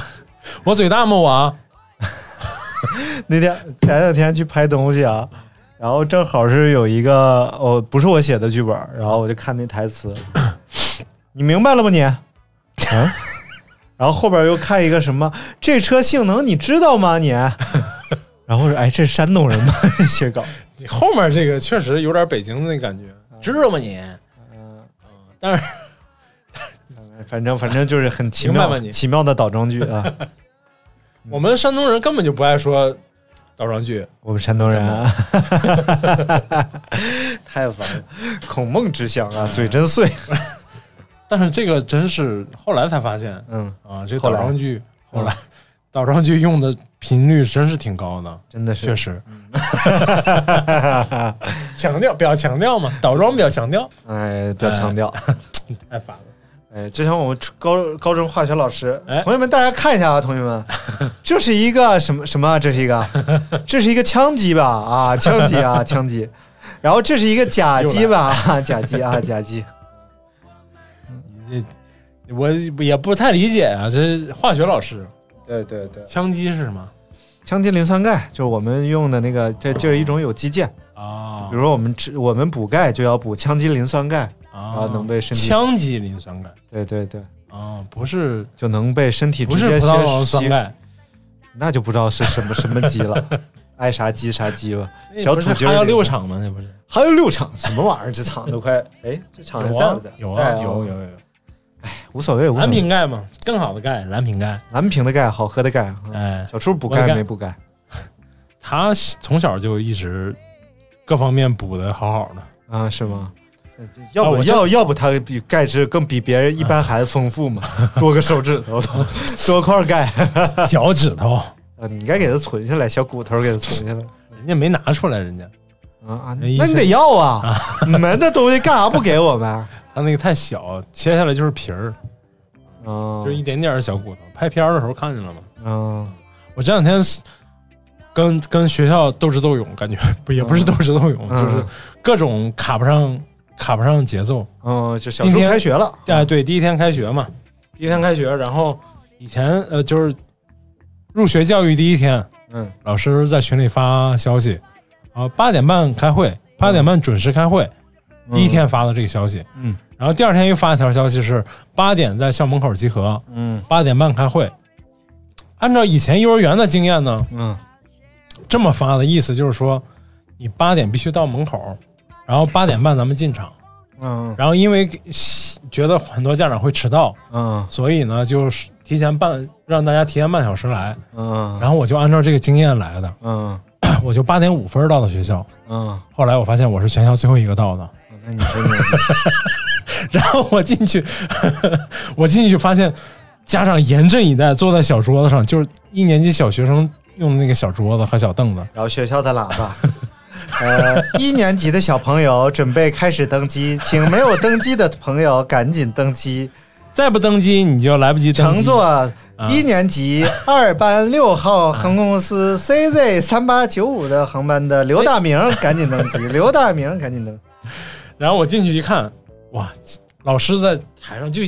Speaker 2: 我嘴大吗？我啊
Speaker 3: 那天前两天去拍东西啊，然后正好是有一个哦，不是我写的剧本，然后我就看那台词， [COUGHS] 你明白了吗你？
Speaker 2: 啊
Speaker 3: 嗯、 [LAUGHS] 然后后边又看一个什么，这车性能你知道
Speaker 2: [LAUGHS]
Speaker 3: 吗你？然后我说哎，这是山东人吗？ [LAUGHS] 这写稿，
Speaker 2: 你后面这个确实有点北京的那感觉，
Speaker 3: 嗯
Speaker 2: 知道吗你？
Speaker 3: 反正反正就是很奇
Speaker 2: 明
Speaker 3: 妙
Speaker 2: 白吗你
Speaker 3: 奇妙的倒装句啊，
Speaker 2: [LAUGHS] 我们山东人根本就不爱说倒装句，
Speaker 3: 我们山东人、啊， [LAUGHS] 太烦了，孔孟之乡啊，嘴真碎，
Speaker 2: 但是这个真是后来才发现
Speaker 3: 嗯，
Speaker 2: 啊，这
Speaker 3: 后
Speaker 2: 倒
Speaker 3: 来嗯
Speaker 2: 装句后来倒装句用的频率真是挺高的，
Speaker 3: 真的是
Speaker 2: 确实
Speaker 3: 嗯
Speaker 2: 强调表强调嘛，倒装表强调，
Speaker 3: 哎，不要强调。
Speaker 2: 太烦了。
Speaker 3: 哎，就像我们初高高中化学老师，
Speaker 2: 哎
Speaker 3: 同学们，大家看一下啊，同学们，
Speaker 2: [LAUGHS]
Speaker 3: 这是一个什么什么啊？这是一个，这是一个羟基吧？
Speaker 2: [LAUGHS]
Speaker 3: 啊，羟基啊，羟基。然后这是一个甲基吧？啊，甲基啊，甲基。
Speaker 2: 也我也不太理解啊，这是化学老师
Speaker 3: 对对对，
Speaker 2: 枪击是什么
Speaker 3: 羟基磷酸钙就是我们用的那个，这就是一种有机键。
Speaker 2: 啊
Speaker 3: 比如说我们吃我们补钙就要补羟基磷酸钙，
Speaker 2: 啊
Speaker 3: 能被身体
Speaker 2: 枪击磷酸钙
Speaker 3: 对对对，
Speaker 2: 啊，不是
Speaker 3: 就能被身体
Speaker 2: 不
Speaker 3: 直
Speaker 2: 是
Speaker 3: 接
Speaker 2: 葡萄糖
Speaker 3: 先
Speaker 2: 酸
Speaker 3: 吸，
Speaker 2: 钙，
Speaker 3: 那就不知道是什么什么鸡
Speaker 2: [LAUGHS]
Speaker 3: 了，爱啥鸡啥鸡吧。
Speaker 2: 那
Speaker 3: 小
Speaker 2: 不是
Speaker 3: 土鸡
Speaker 2: 还
Speaker 3: 儿
Speaker 2: 要
Speaker 3: 那
Speaker 2: 六
Speaker 3: 个
Speaker 2: 场吗？那不是
Speaker 3: 还有六场，什么玩意儿？这场都快哎，这场还
Speaker 2: 有
Speaker 3: 在不
Speaker 2: 啊
Speaker 3: 在？
Speaker 2: 有
Speaker 3: 在
Speaker 2: 啊有有有
Speaker 3: 无所谓，无所
Speaker 2: 蓝
Speaker 3: 谓。
Speaker 2: 瓶钙嘛，更好的钙，蓝瓶钙，
Speaker 3: 蓝瓶的钙，好喝的钙。嗯
Speaker 2: 哎，
Speaker 3: 小初补
Speaker 2: 我的
Speaker 3: 钙
Speaker 2: 钙
Speaker 3: 没补钙？
Speaker 2: 他从小就一直各方面补的好好
Speaker 3: [LAUGHS]
Speaker 2: 的，
Speaker 3: 啊，是吗？要
Speaker 2: 嗯啊
Speaker 3: 不
Speaker 2: 我这
Speaker 3: 要要不他比钙质更比别人一般孩子丰富嘛？
Speaker 2: 嗯
Speaker 3: [LAUGHS] 多个手指头， [LAUGHS] 多块钙。
Speaker 2: 脚趾头
Speaker 3: 啊，你应该给他存下来，小骨头给他存下来。
Speaker 2: 人家没拿出来，人家
Speaker 3: 啊啊，
Speaker 2: 那哎医
Speaker 3: 那你得
Speaker 2: 生
Speaker 3: 要啊！ [LAUGHS] 你们的东西干啥不给我们？
Speaker 2: 他那个太小，切下来就是皮儿，
Speaker 3: 啊，
Speaker 2: [LAUGHS] 就是一点点儿小骨头。拍片儿的时候看见了吗？
Speaker 3: 嗯，
Speaker 2: 我这两天跟跟学校斗智斗勇，感觉 [LAUGHS] 不也不是斗智斗勇，
Speaker 3: 嗯
Speaker 2: 就是各种卡不上卡不上节奏。
Speaker 3: 嗯，就小
Speaker 2: 今
Speaker 3: 初
Speaker 2: 天
Speaker 3: 开学了，
Speaker 2: 哎，对，第一天开学嘛，第一天开学，然后以前呃就是入学教育第一天，
Speaker 3: 嗯，
Speaker 2: 老师在群里发消息，啊，八点半开会，八点半准时开会，第一天发的这个消息，
Speaker 3: 嗯，
Speaker 2: 然后第二天又发一条消息是八点在校门口集合，
Speaker 3: 嗯，
Speaker 2: 八点半开会。按照以前幼儿园的经验呢，
Speaker 3: 嗯
Speaker 2: 这么发的意思就是说，你八点必须到门口，然后八点半咱们进场。
Speaker 3: 嗯
Speaker 2: 然后因为觉得很多家长会迟到，
Speaker 3: 嗯
Speaker 2: 所以呢就是提前半让大家提前半小时来。
Speaker 3: 嗯
Speaker 2: 然后我就按照这个经验来的， [CLEARS THROAT]
Speaker 3: 嗯
Speaker 2: 我就八点五分到的学校。
Speaker 3: 嗯，
Speaker 2: 后来我发现我是全校最后一个到的， [LAUGHS]
Speaker 3: 那你真牛逼，
Speaker 2: 然后我进去， [LAUGHS] 我进去发现家长严阵以待，坐在小桌子上，就是一年级小学生用的那个小桌子和小凳子。
Speaker 3: 然后学校的喇 [LAUGHS] 叭。呃，一年级的小朋友准备开始登机，请没有登机的朋友赶紧登机，
Speaker 2: 再不登机你就来不及登机。
Speaker 3: 乘坐一年级二班六号航空公司 CZ 三八九五的航班的刘大明赶紧 [LAUGHS] 登机，刘大明赶紧登。
Speaker 2: 然后我进去一看，哇，老师在台上就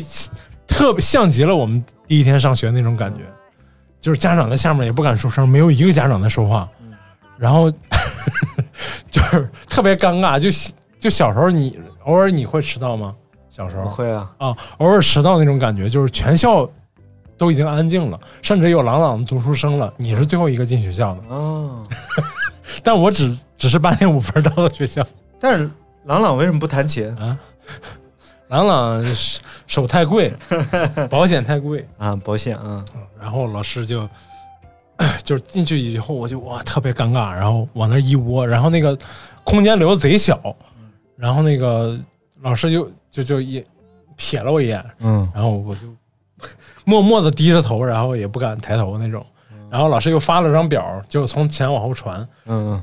Speaker 2: 特别像极了我们第一天上学那种感觉，就是家长在下面也不敢出声，没有一个家长在说话，然后 [LAUGHS] 就是特别尴尬。就就小时候你偶尔你会迟到吗？小时
Speaker 3: 不
Speaker 2: 候
Speaker 3: 会啊，
Speaker 2: 啊，偶尔迟到那种感觉，就是全校都已经安静了，甚至有朗朗读书声了，你是最后一个进学校的，
Speaker 3: 哦，
Speaker 2: 但我只只是八点五分到的学校。
Speaker 3: 但是朗朗为什么不弹琴
Speaker 2: 朗朗手手太贵，保险太贵，
Speaker 3: 啊？保险啊，
Speaker 2: 然后老师就 [CLEARS THROAT] 就是进去以后，我就哇特别尴尬，然后往那儿一窝，然后那个空间留得贼小，然后那个老师就就就也瞥了我一眼，
Speaker 3: 嗯
Speaker 2: 然后我就默默的低着头，然后也不敢抬头那种，然后老师又发了张表，就从前往后传，
Speaker 3: 嗯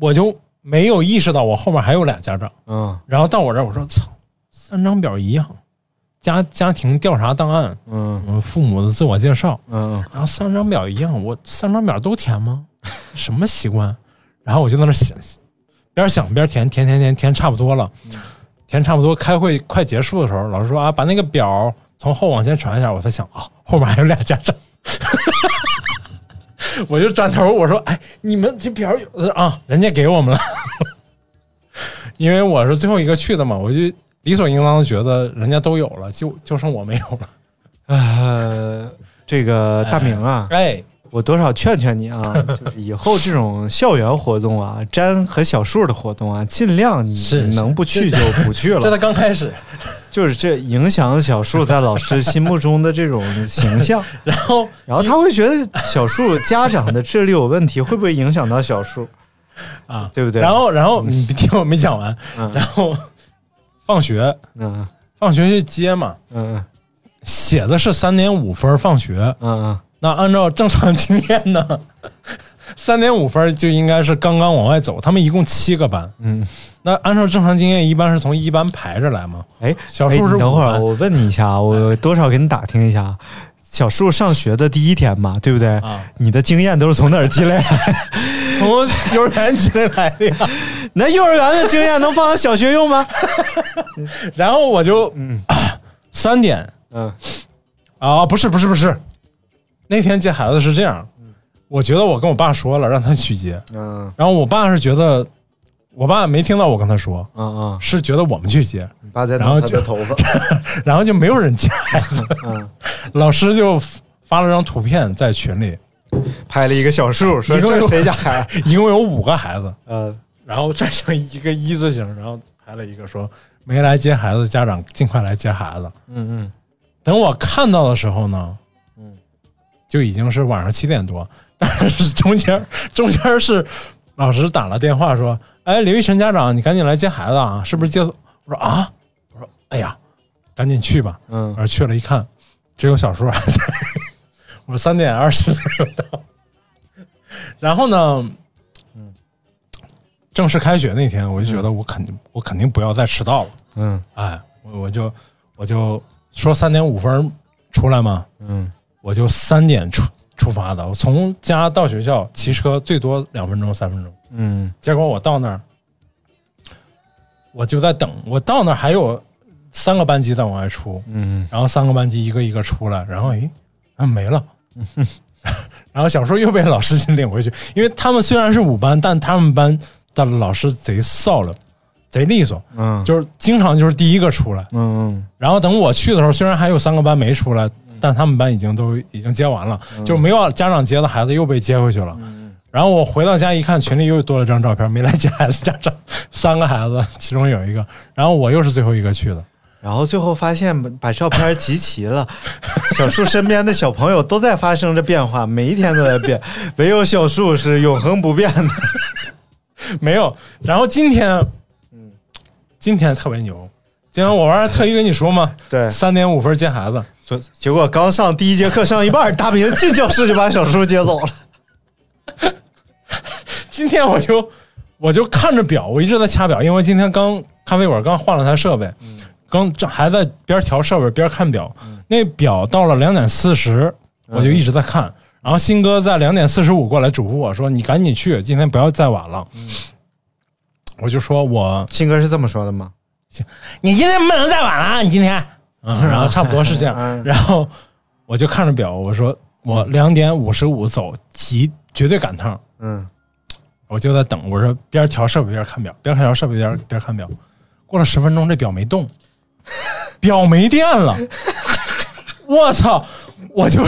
Speaker 2: 我就没有意识到我后面还有俩家长。
Speaker 3: 嗯
Speaker 2: 然后到我这儿，我说操，三张表一样，家家庭调查档案，
Speaker 3: 嗯
Speaker 2: 嗯，父母的自我介绍，
Speaker 3: 嗯
Speaker 2: 然后三张表一样，我三张表都填吗？ [LAUGHS] 什么习惯？然后我就在那儿写，边想边填，填填填填差不多了，
Speaker 3: 嗯
Speaker 2: 填差不多，开会快结束的时候，老师说啊，把那个表从后往前传一下，我才想啊，后面还有俩家长。 [LAUGHS] 我就转头我说：“哎，你们这表有的啊，人家给我们了。”因为我是最后一个去的嘛，我就理所应当地觉得人家都有了，就就剩我没有了。
Speaker 3: 呃，这个大明啊，
Speaker 2: 哎，
Speaker 3: 我多少劝劝
Speaker 2: [LAUGHS]
Speaker 3: 你啊，就是以后这种校园活动啊，詹和小树的活动啊，尽量你
Speaker 2: 是是
Speaker 3: 能不去就不去
Speaker 2: 这
Speaker 3: 了，
Speaker 2: 才刚开始。
Speaker 3: 就是这影响小树 [LAUGHS] 在老师心目中的这种形
Speaker 2: [LAUGHS]
Speaker 3: 象，
Speaker 2: 然后
Speaker 3: 然后他会觉得小树家长的智力有问题，会不会影响到小树？
Speaker 2: 啊，
Speaker 3: 对不对
Speaker 2: 然后，然后你别听我没讲完，
Speaker 3: 嗯
Speaker 2: 然后放学，
Speaker 3: 嗯
Speaker 2: 放学去接嘛，
Speaker 3: 嗯
Speaker 2: 写的是三点五分放学，
Speaker 3: 嗯
Speaker 2: 那按照正常经验呢， [LAUGHS] 三点五分就应该是刚刚往外走。他们一共七个班，
Speaker 3: 嗯，
Speaker 2: 那按照正常经验，一般是从一班排着来嘛。
Speaker 3: 哎，
Speaker 2: 小
Speaker 3: 哎
Speaker 2: 树
Speaker 3: 你
Speaker 2: 是啊五
Speaker 3: 等会儿，
Speaker 2: 班
Speaker 3: 我问你一下啊，我多少给你打听一下啊。小树上学的第一天嘛，对不对？
Speaker 2: 啊，
Speaker 3: 你的经验都是从哪儿积累啊来？
Speaker 2: 从幼儿园进来
Speaker 3: [LAUGHS]
Speaker 2: 的呀。
Speaker 3: 你那幼儿园的经验能放到小学用吗？
Speaker 2: 然后我就， [COUGHS] 三点
Speaker 3: 嗯
Speaker 2: 啊，不是不是不是，那天接孩子是这样，我觉得我跟我爸说了让他去接，
Speaker 3: 嗯
Speaker 2: 然后我爸是觉得，我爸没听到我跟他说，
Speaker 3: 嗯嗯，
Speaker 2: 是觉得我们去接，
Speaker 3: 你爸在
Speaker 2: 然后
Speaker 3: 弄他
Speaker 2: 就
Speaker 3: 的头发，
Speaker 2: 然后就没有人接孩子，
Speaker 3: 嗯，
Speaker 2: 老师就发了张图片在群里，
Speaker 3: 拍了一个小树，说
Speaker 2: 一共
Speaker 3: 这
Speaker 2: 有
Speaker 3: 是谁家孩子？
Speaker 2: 一共有五个孩子，
Speaker 3: 呃，
Speaker 2: 然后站成一个一字形，然后拍了一个说没来接孩子，家长尽快来接孩子。
Speaker 3: 嗯嗯，
Speaker 2: 等我看到的时候呢，
Speaker 3: 嗯，
Speaker 2: 就已经是晚上七点多， [LAUGHS] 但是中间中间是老师打了电话说：“哎，刘一晨家长，你赶紧来接孩子啊，是不是接？”我说：“啊，我说哎呀，赶紧去吧。”
Speaker 3: 嗯
Speaker 2: 而去了一看，只有小叔还在， [LAUGHS] 我三点二十左右到。然后呢，
Speaker 3: 嗯，
Speaker 2: 正式开学那天，我就觉得我肯定、我肯定不要再迟到了。
Speaker 3: 嗯
Speaker 2: 哎，我我就我就说三点五分出来嘛，
Speaker 3: 嗯
Speaker 2: 我就三点出出发的。我从家到学校骑车最多两分钟三分钟，
Speaker 3: 嗯
Speaker 2: 结果我到那儿，我就在等。我到那儿还有三个班级在往外出，
Speaker 3: 嗯
Speaker 2: 然后三个班级一个一个出来，然后诶，啊没
Speaker 3: [LAUGHS]
Speaker 2: 了。然后小时候又被老师领回去，因为他们虽然是五班，但他们班的老师贼臊了，贼利索，
Speaker 3: 嗯
Speaker 2: 就是经常就是第一个出来。
Speaker 3: 嗯
Speaker 2: 然后等我去的时候，虽然还有三个班没出来，但他们班已经都已经接完了，就是没有家长接的孩子又被接回去了。然后我回到家一看，群里又多了张照片，没来接孩子家长，三个孩子，其中有一个，然后我又是最后一个去的。
Speaker 3: 然后最后发现把照片集齐了，小树身边的小朋友都在发生着变化，每一天都在变，唯有小树是永恒不变的。
Speaker 2: 没有。然后今天，嗯，今天特别牛。今天我玩儿特意跟你说嘛，
Speaker 3: 对
Speaker 2: 三点五分接孩子，
Speaker 3: 所结果刚上第一节课上一半，大明进教室就把小树接走了。
Speaker 2: 今天我就 [LAUGHS] 我就看着表，我一直在掐表，因为今天刚咖啡馆刚换了台设备，
Speaker 3: 嗯
Speaker 2: 刚这还在边调设备边看表，那表到了两点四十，
Speaker 3: 嗯
Speaker 2: 我就一直在看。然后新哥在两点四十五过来嘱咐我说：“你赶紧去，今天不要再晚了。
Speaker 3: 嗯
Speaker 2: 我就说我
Speaker 3: 新哥是这么说的吗？
Speaker 2: 你今天不能再晚了啊，你今天，嗯，然后差不多是这
Speaker 3: 嗯
Speaker 2: 样，然后我就看着表，我说我两点五十五走，急，绝对赶趟，
Speaker 3: 嗯
Speaker 2: 我就在等，我说边调设备边看表，边调设备边边看表，过了十分钟，这表没动，表没电了， [LAUGHS] 我操，我就，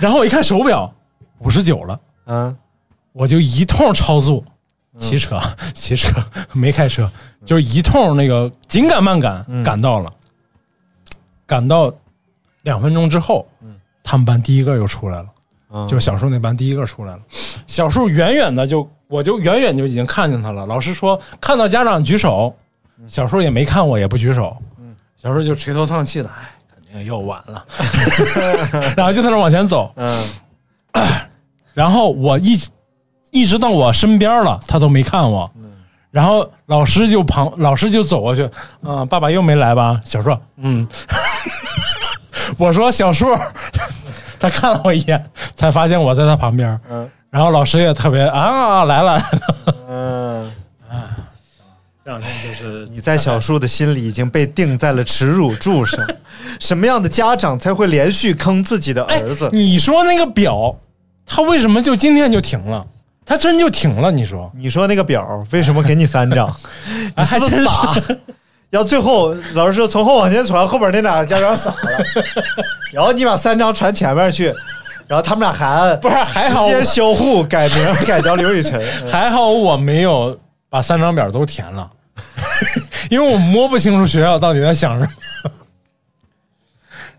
Speaker 2: 然后我一看手表，五十九了。
Speaker 3: 嗯
Speaker 2: 我就一通超速，骑车、 [LAUGHS] 骑车没开车，就是一通那个紧赶慢赶、赶到了，赶到两分钟之后，他们班第一个又出来了，
Speaker 3: 嗯
Speaker 2: 就是小树那班第一个出来了，小树远远的就我就远远就已经看见他了，老师说看到家长举手，小树也没看我也不举手，小树就垂头丧气的，哎，肯定又晚了， [LAUGHS] 然后就在那往前走，
Speaker 3: 嗯
Speaker 2: 然后我一直一直到我身边了，他都没看我。然后老师就旁，老师就走过去，嗯、爸爸又没来吧？小树，嗯， [LAUGHS] 我说小树， [LAUGHS] 他看了我一眼，才发现我在他旁边。
Speaker 3: 嗯
Speaker 2: 然后老师也特别啊来了，
Speaker 3: 嗯，
Speaker 2: [LAUGHS] 这两天就是
Speaker 3: 你在小树的心里已经被钉在了耻辱柱
Speaker 2: [LAUGHS]
Speaker 3: 上。什么样的家长才会连续坑自己的
Speaker 2: 哎
Speaker 3: 儿子？，
Speaker 2: 你说那个表，他为什么就今天就停了？他真就停了？你说？
Speaker 3: 你说那个表为什么给你三
Speaker 2: [LAUGHS]
Speaker 3: 张？
Speaker 2: 哎
Speaker 3: 你是不是傻？要最后老师说从后往前传，后边那俩家长
Speaker 2: [LAUGHS]
Speaker 3: 傻了，然后你把三张传前面去，然后他们俩还
Speaker 2: 不是还好
Speaker 3: 直接
Speaker 2: 我
Speaker 3: 销户改
Speaker 2: [LAUGHS]
Speaker 3: 名改叫刘雨辰。
Speaker 2: 还好我没有把三张表都填了， [LAUGHS] 因为我摸不清楚学校到底在想什么。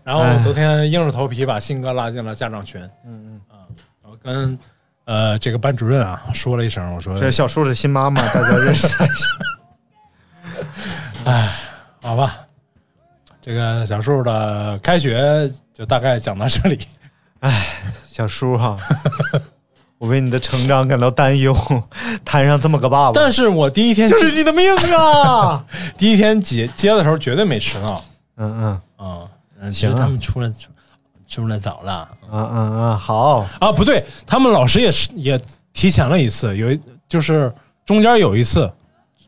Speaker 2: [LAUGHS] 然后我昨天硬着头皮把信哥拉进了家长群，嗯嗯，我跟呃这个班主任啊说了一声，我说
Speaker 3: 这是小树的新妈妈，大家认识一下。
Speaker 2: 好吧，这个小树的开学就大概讲到这里，
Speaker 3: 小树
Speaker 2: [LAUGHS]
Speaker 3: 哈、我为你的成长感到担忧，摊上这么个爸爸，
Speaker 2: 但是我
Speaker 3: [LAUGHS]
Speaker 2: 第一天
Speaker 3: 就是你的命啊！
Speaker 2: 第一天接接的时候绝对没迟到，
Speaker 3: [LAUGHS] 嗯嗯
Speaker 2: 嗯，嗯其实他们出来出出来早了。
Speaker 3: 嗯嗯嗯，好，
Speaker 2: 啊，不对，他们老师也是也提前了一次，有一就是中间有一次，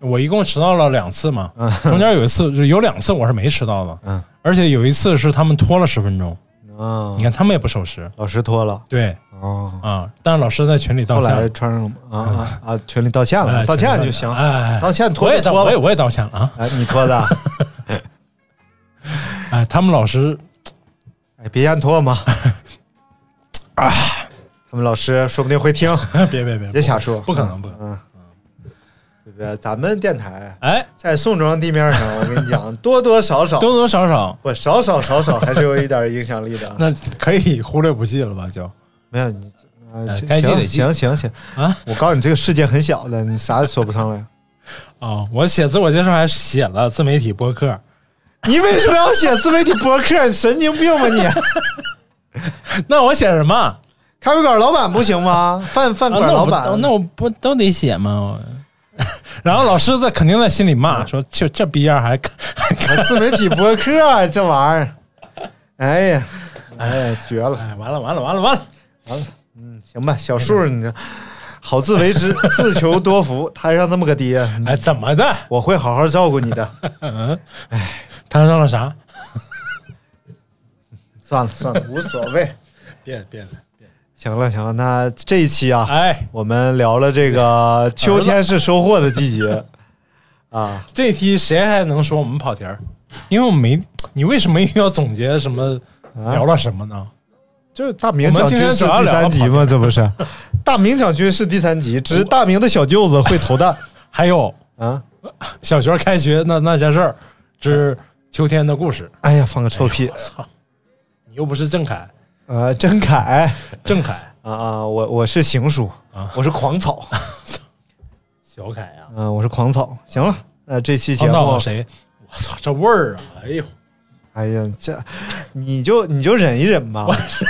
Speaker 2: 我一共迟到了两次嘛，中间有一次就有两次我是没迟到的，
Speaker 3: 嗯
Speaker 2: 而且有一次是他们拖了十分钟，
Speaker 3: 啊
Speaker 2: 你，看他们也不守时，
Speaker 3: 老师脱了
Speaker 2: 对
Speaker 3: 哦，
Speaker 2: 啊，但是老师在群里道
Speaker 3: 后来
Speaker 2: 歉，
Speaker 3: 穿上了啊啊啊，群里道歉了，
Speaker 2: 哎
Speaker 3: 道歉就行，
Speaker 2: 哎，
Speaker 3: 道歉脱
Speaker 2: 我也
Speaker 3: 就
Speaker 2: 道，
Speaker 3: 脱
Speaker 2: 我
Speaker 3: 吧
Speaker 2: 也，我也道歉了啊，
Speaker 3: 哎，你
Speaker 2: [LAUGHS]
Speaker 3: 脱的啊，
Speaker 2: 哎，他们老
Speaker 3: [LAUGHS]
Speaker 2: 师
Speaker 3: 哎，别嫌脱
Speaker 2: [LAUGHS]
Speaker 3: 嘛，啊，
Speaker 2: 啊
Speaker 3: 他们老师说不定会听，
Speaker 2: [LAUGHS] 别别别
Speaker 3: 别瞎说，
Speaker 2: 不可能不可能，
Speaker 3: 嗯，对不对？咱们电台
Speaker 2: 哎，
Speaker 3: 在宋庄地面上，我跟你讲，多多少
Speaker 2: [LAUGHS]
Speaker 3: 少
Speaker 2: 多多少少
Speaker 3: 不少少少少还是有一点影响力的。
Speaker 2: 那可以忽略不计了吧？就
Speaker 3: 没有你，啊
Speaker 2: 呃
Speaker 3: 行
Speaker 2: 该记得记
Speaker 3: 行行行
Speaker 2: 啊！
Speaker 3: 我告诉你，这个世界很小的，你啥也说不上
Speaker 2: [LAUGHS]
Speaker 3: 来。
Speaker 2: 哦，我写自我介绍还写了自媒体播客，
Speaker 3: 你为什么要写自媒体博客？你神经病
Speaker 2: [LAUGHS]
Speaker 3: 吧你！
Speaker 2: 那我写什么？啊
Speaker 3: 咖啡馆老板不行吗？饭饭馆
Speaker 2: 那我
Speaker 3: 老
Speaker 2: 不啊
Speaker 3: 板，
Speaker 2: 那我不都得写吗？嗯我 [LAUGHS] 然后老师在肯定在心里骂说：“就这逼样还还
Speaker 3: 还啊自媒体博客 [LAUGHS] 这玩意儿，哎呀，哎呀，绝了！
Speaker 2: 哎，完了完了完了完了！
Speaker 3: 行吧，小树，你这好自为
Speaker 2: [LAUGHS]
Speaker 3: 之，自求多福。摊上这么个爹，
Speaker 2: 哎，怎么的？
Speaker 3: 我会好好照顾你的。
Speaker 2: 摊上了啥？
Speaker 3: 算了算了，无所谓。
Speaker 2: 别别了！
Speaker 3: 行了行了，那这一期啊，
Speaker 2: 哎，
Speaker 3: 我们聊了这 [LAUGHS] 个秋天是收获的季 [LAUGHS] 节啊，
Speaker 2: 这题谁还能说我们跑题儿？因为我没你为什么又要总结什么
Speaker 3: 啊
Speaker 2: 聊了什么呢？
Speaker 3: 就是大明讲军事第三集嘛，这不是？ [LAUGHS] 大明讲军事第三集，只是大明的小舅子会投弹
Speaker 2: 还有
Speaker 3: 啊！
Speaker 2: 小学开学那那些事儿之秋天的故事，
Speaker 3: [LAUGHS] 哎呀，放个臭屁！
Speaker 2: 你又不是郑恺，
Speaker 3: 呃，郑恺
Speaker 2: 郑恺
Speaker 3: 啊啊，我我是行书
Speaker 2: 啊，
Speaker 3: 我是狂 [LAUGHS] 草，
Speaker 2: 小恺呀、
Speaker 3: 嗯、我是狂草。行了，那这期节
Speaker 2: 创造
Speaker 3: 目
Speaker 2: 了，谁？我操，这味儿啊！哎呦，
Speaker 3: 哎呀，这你就你就忍一忍吧，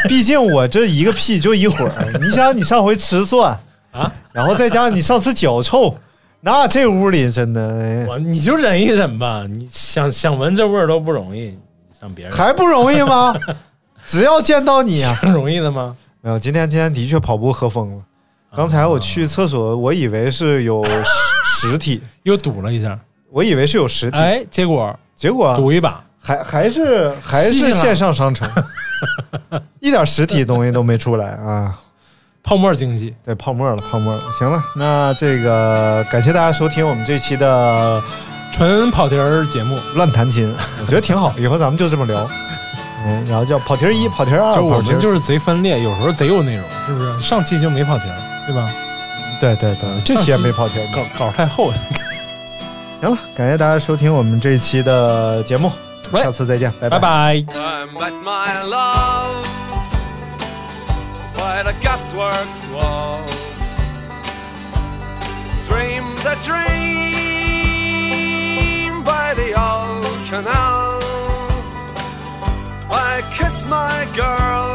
Speaker 3: 毕竟我这一个屁就一会儿。你想，你上回吃蒜
Speaker 2: 啊，
Speaker 3: [LAUGHS] 然后再加上你上次脚臭，那这屋里真的哎
Speaker 2: [LAUGHS] 我你就忍一忍吧，你想想闻这味儿都不容易，像别人
Speaker 3: 还不容易吗？只要见到你啊，
Speaker 2: 挺 [LAUGHS] 容易的吗？
Speaker 3: 没有，今天今天的确跑步喝疯了。
Speaker 2: 啊
Speaker 3: 刚才我去厕所，我以为是有实 [LAUGHS] 实体，
Speaker 2: 又赌了一下，
Speaker 3: 我以为是有实体，
Speaker 2: 哎，结果
Speaker 3: 结果
Speaker 2: 赌一把，
Speaker 3: 还还是还
Speaker 2: 吸进
Speaker 3: 是
Speaker 2: 来了
Speaker 3: 线上商
Speaker 2: [LAUGHS]
Speaker 3: 城，一点实体东西都没出来啊！
Speaker 2: 泡沫经济，
Speaker 3: 对，泡沫了，泡沫了。行了，那这个感谢大家收听我们这期的
Speaker 2: 纯跑题儿节目，
Speaker 3: 乱弹琴， [LAUGHS] 我觉得挺好，以后咱们就这么聊。嗯，然后叫跑题儿一、跑题儿二，
Speaker 2: 就
Speaker 3: 啊
Speaker 2: 我
Speaker 3: 跑题儿
Speaker 2: 们就是贼分裂，有时候贼有内容，是不是？上期就没跑题儿，对吧？
Speaker 3: 三对对对，这期也没跑题儿。
Speaker 2: 稿稿太厚了，
Speaker 3: 行了，感谢大家收听我们这一期的节目，
Speaker 2: 喂
Speaker 3: 下次再见，拜
Speaker 2: 拜拜。
Speaker 5: time that my love by the gasworks wall dreamed a dream by the old canal. I kissed my girl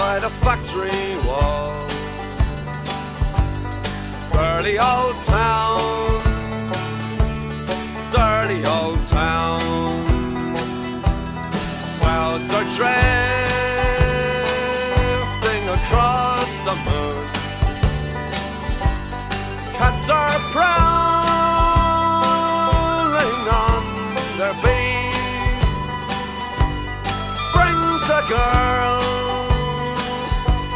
Speaker 5: by the factory wall, burly old town. Dirty old town clouds are drifting across the moon. Cats are prowling on their beat. Springs a girl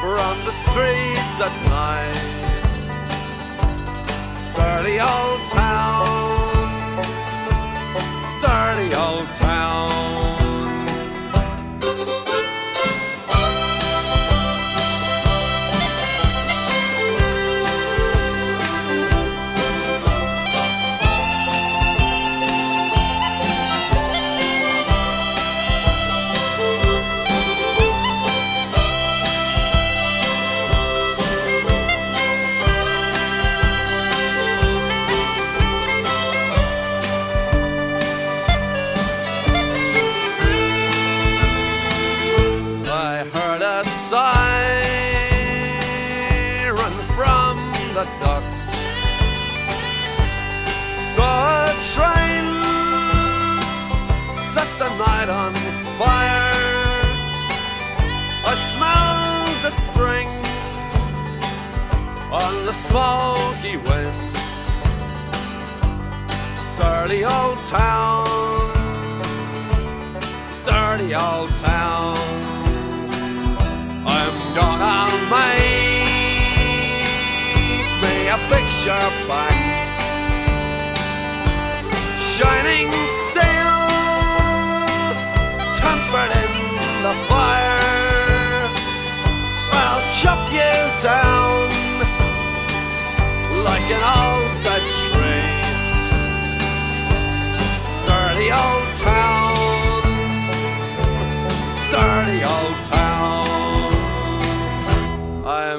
Speaker 5: from the streets at night. Dirty old town. Dirty old town. I heard a siren from the docks. Saw a train set the night on fire. I smelled the spring on the smoky wind. dirty old town. Dirty old town. I'm gonna make me a picture box. Shining steel, tempered in the fire. I'll chop you down like an old Dutch tree. Dirty old town, dirty old town. I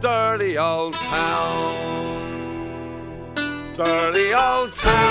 Speaker 5: dirty old town, dirty old town.